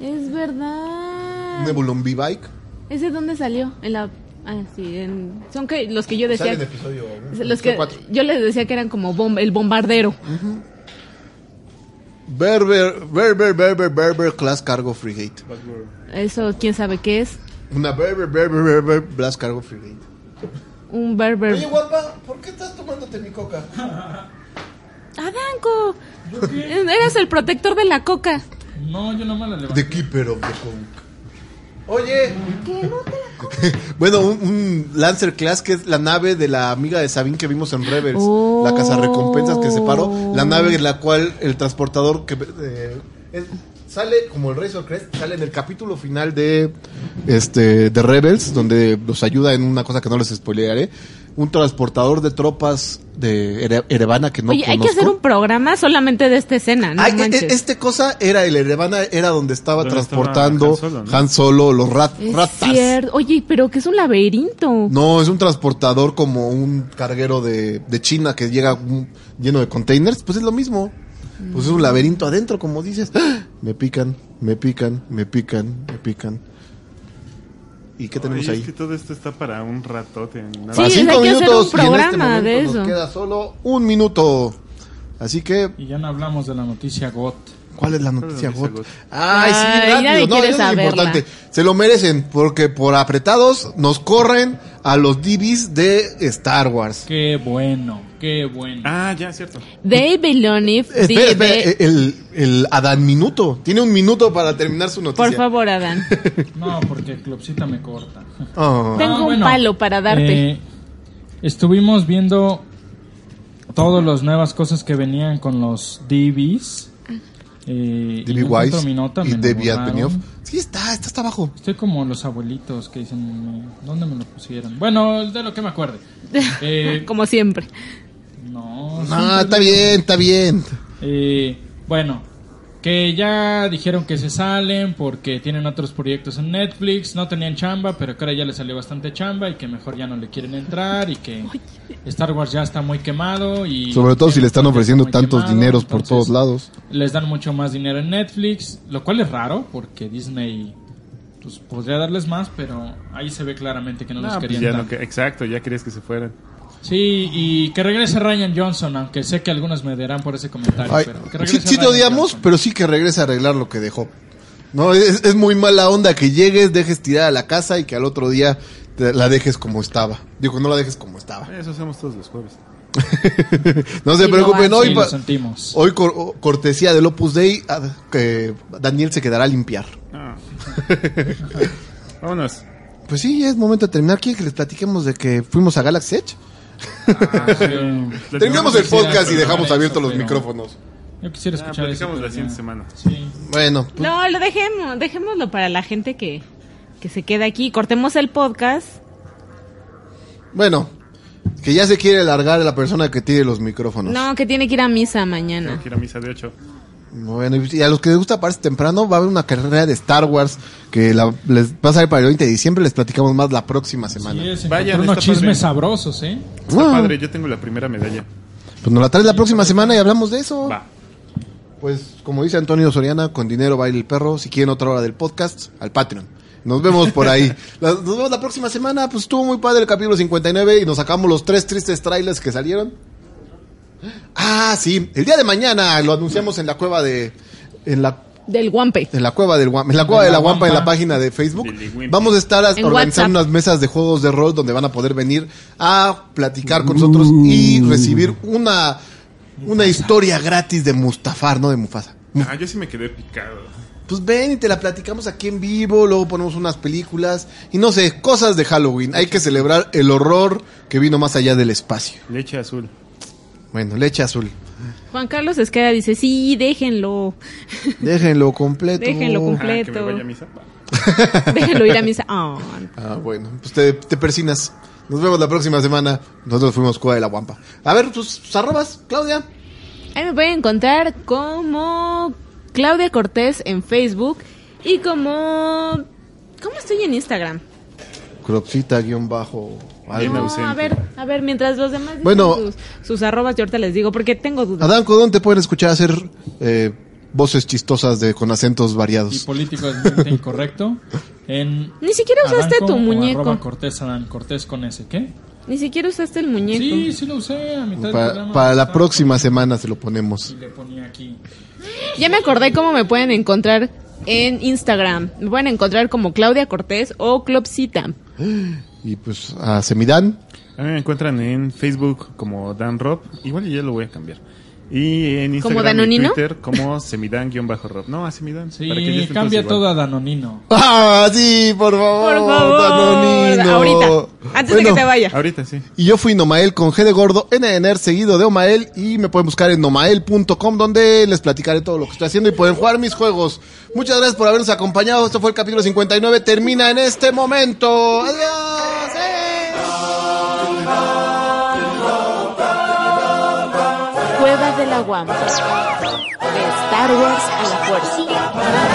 Es verdad. Nebulon V-Bike. ¿Ese dónde salió? En la. Ah, sí, en- son que, los que yo Sale decía. en episodio Los que, cuatro. yo les decía que eran como bom- el bombardero. Berber, Berber, Berber, Berber, Class Cargo Frigate. Eso, quién sabe qué es. Una Berber, Berber, Berber, Blast Cargo Frigate. Un berber. Oye, guapa, ¿por qué estás tomándote mi coca? ¡Ah, Danco! Eras el protector de la coca. No, yo nomás la levanté. The Keeper of the Coke. Oye, bueno, un, un Lancer Class que es la nave de la amiga de Sabine que vimos en Rebels, Oh. la cazarrecompensas que se paró, la nave en la cual el transportador que eh, es- sale como el Razor Crest, sale en el capítulo final de este de Rebels donde los ayuda en una cosa que no les spoilearé, un transportador de tropas de Ere- Erevana que no Oye, hay que conozco. hacer un programa solamente de esta escena, ¿no? Ay, manches. e- e- este cosa era el Erevana, era donde estaba Donde transportando estaba Han Solo, ¿no? Han Solo, los rat- Es ratas. cierto. Oye, pero que es un laberinto. No, es un transportador como un carguero de, de China que llega un- lleno de containers, pues es lo mismo. Pues es un laberinto adentro, como dices. ¡Ah! Me pican, me pican, me pican, me pican. ¿Y qué tenemos Ay, ahí? Es que todo esto está para un ratote. Sí, nada Para más. hay que hacer un y en este programa momento de Nos eso. queda solo un minuto. Así que Y ya no hablamos de la noticia GOT. ¿Cuál es la es noticia, la noticia, Got? Ah, Got? Ay, sí, Ay, rápido. nadie No, quiere eso es saberla. importante. Se lo merecen porque por apretados nos corren a los DBs de Star Wars. Qué bueno, qué bueno. Ah, ya, cierto. Pues David Loniff. Espera, debe- espera, eh, el, el Adán Minuto. Tiene un minuto para terminar su noticia. Por favor, Adán. No, porque Clubcita me corta. Ah. Tengo un palo para darte. eh, estuvimos viendo todas las nuevas cosas que venían con los DBs. Eh, y DB no encuentro Wise mi nota, y me Debbie borraron. Benioff. Sí, está, está hasta abajo. Estoy como los abuelitos que dicen, ¿dónde me lo pusieron? Bueno, de lo que me acuerde. Eh, Como siempre. no, No, siempre Ah, está bien, está bien. Eh, bueno, que ya dijeron que se salen porque tienen otros proyectos en Netflix, no tenían chamba, pero que ahora ya les salió bastante chamba y que mejor ya no le quieren entrar y que Star Wars ya está muy quemado y Sobre todo si le están Está ofreciendo muy tantos quemado, dineros por entonces, todos lados. Les dan mucho más dinero en Netflix, lo cual es raro porque Disney pues podría darles más, pero ahí se ve claramente que no, les Ah, pues querían ya dar. no que- exacto, ya querías que se fueran. Sí, y que regrese Ryan Johnson, aunque sé que algunos me darán por ese comentario. Ay, pero que sí, regrese sí te Ryan odiamos, Johnson. pero sí que regrese a arreglar lo que dejó. No, es, es muy mala onda que llegues, dejes tirada la casa y que al otro día te- la dejes como estaba. Digo, no la dejes como estaba. Eso hacemos todos los jueves. No se Sí, lo preocupen, hace. hoy, Sí, lo pa- sentimos. hoy cor- o- cortesía del Opus Dei, ah, que Daniel se quedará a limpiar. Ah. Vámonos. Pues sí, ya es momento de terminar. ¿Quieren que les platiquemos de que fuimos a Galaxy Edge? Ah, Ah, Sí. Terminamos no el quisiera podcast y perdonar dejamos eso, abiertos los pero- micrófonos. Yo quisiera Ah, escuchar eso, platicamos pero la ya. siguiente semana. Sí. Bueno, pues, No, lo dejemos, dejémoslo para la gente que, que se queda aquí. Cortemos el podcast. bueno, que ya se quiere largar la persona que tiene los micrófonos. No, que tiene que ir a misa mañana. Tengo que ir a misa de 8. Bueno, y y a los que les gusta pararse temprano, va a haber una carrera de Star Wars que la- les va a salir para el 20 de diciembre. Les platicamos más la próxima semana. Sí, es, Vayan, encontré unos está chismes padre. sabrosos, ¿eh? Está Wow. padre, yo tengo la primera medalla. Pues nos la traes la próxima semana y hablamos de Oh. eso. Va. Pues como dice Antonio Soriana, con dinero baila el perro. Si quieren otra hora del podcast, al Patreon. Nos vemos por ahí. La- Nos vemos la próxima semana. Pues estuvo muy padre el capítulo 59 y nos sacamos los tres tristes trailers que salieron. Ah, sí. El día de mañana lo anunciamos en la cueva de... En la Del guampe. En la cueva del Guam- en la cueva De de la la Guampa, en la Guampa. página de Facebook. Del Wimpi. Vamos a estar as- En organizando WhatsApp. unas mesas de juegos de rol donde van a poder venir a platicar con nosotros y recibir una una historia gratis de Mustafar, no de Mufasa. Ah, yo sí me quedé picado. Pues ven y te la platicamos aquí en vivo, luego ponemos unas películas y no sé, cosas de Halloween. Hay que celebrar el horror que vino más allá del espacio. Leche azul. Ah, Bueno, leche azul. Juan Carlos Esqueda dice, sí, déjenlo. Déjenlo completo. Déjenlo Ah, que me Completo. vaya a misa. Va. déjenlo ir a misa. Ah, Ah, bueno, pues te, te persinas. Nos vemos la próxima semana. Nosotros fuimos Cueva de la Guampa. A ver, tus, tus arrobas, Claudia. Ahí me pueden encontrar como Claudia Cortés en Facebook y como... ¿Cómo estoy en Instagram? Cropsita guión bajo. Bien No, ausente. a ver, a ver, mientras los demás dicen Bueno. sus, sus arrobas, yo ahorita les digo, porque tengo dudas. Adán Codón te pueden escuchar hacer eh, voces chistosas de, con acentos Y variados. políticamente incorrecto. En Ni siquiera usaste Adanco tu o muñeco. arroba Cortés Adán Cortés con ese, ¿qué? Ni siquiera usaste el muñeco. Sí, sí lo usé a mitad del Pa- programa. para la Estaba- próxima semana se lo Y ponemos. le ponía aquí. Ya me acordé cómo me pueden encontrar en Instagram. Me pueden encontrar como Claudia Cortés o Clubcita. Y pues a Semidán. A mí me encuentran en Facebook como Dan Rob. Igual ya lo voy a cambiar. Y en ¿Como Instagram y Danonino? Twitter como Semidan-Rob. No, a Semidan. para que ya Sí, estén cambia todos todo igual. a Danonino. ¡Ah, sí! Por favor, Por favor, Danonino. ahorita, antes de Bueno, que te vaya. Ahorita sí. Y yo fui Nomael con G de gordo, NNR seguido de Omael y me pueden buscar en nomael.com donde les platicaré todo lo que estoy haciendo y pueden jugar mis juegos. Muchas gracias por habernos acompañado. Esto fue el capítulo 59. Termina en este momento. Adiós. ¡Eh! Cueva de la Guampa. De Star Wars a la fuerza.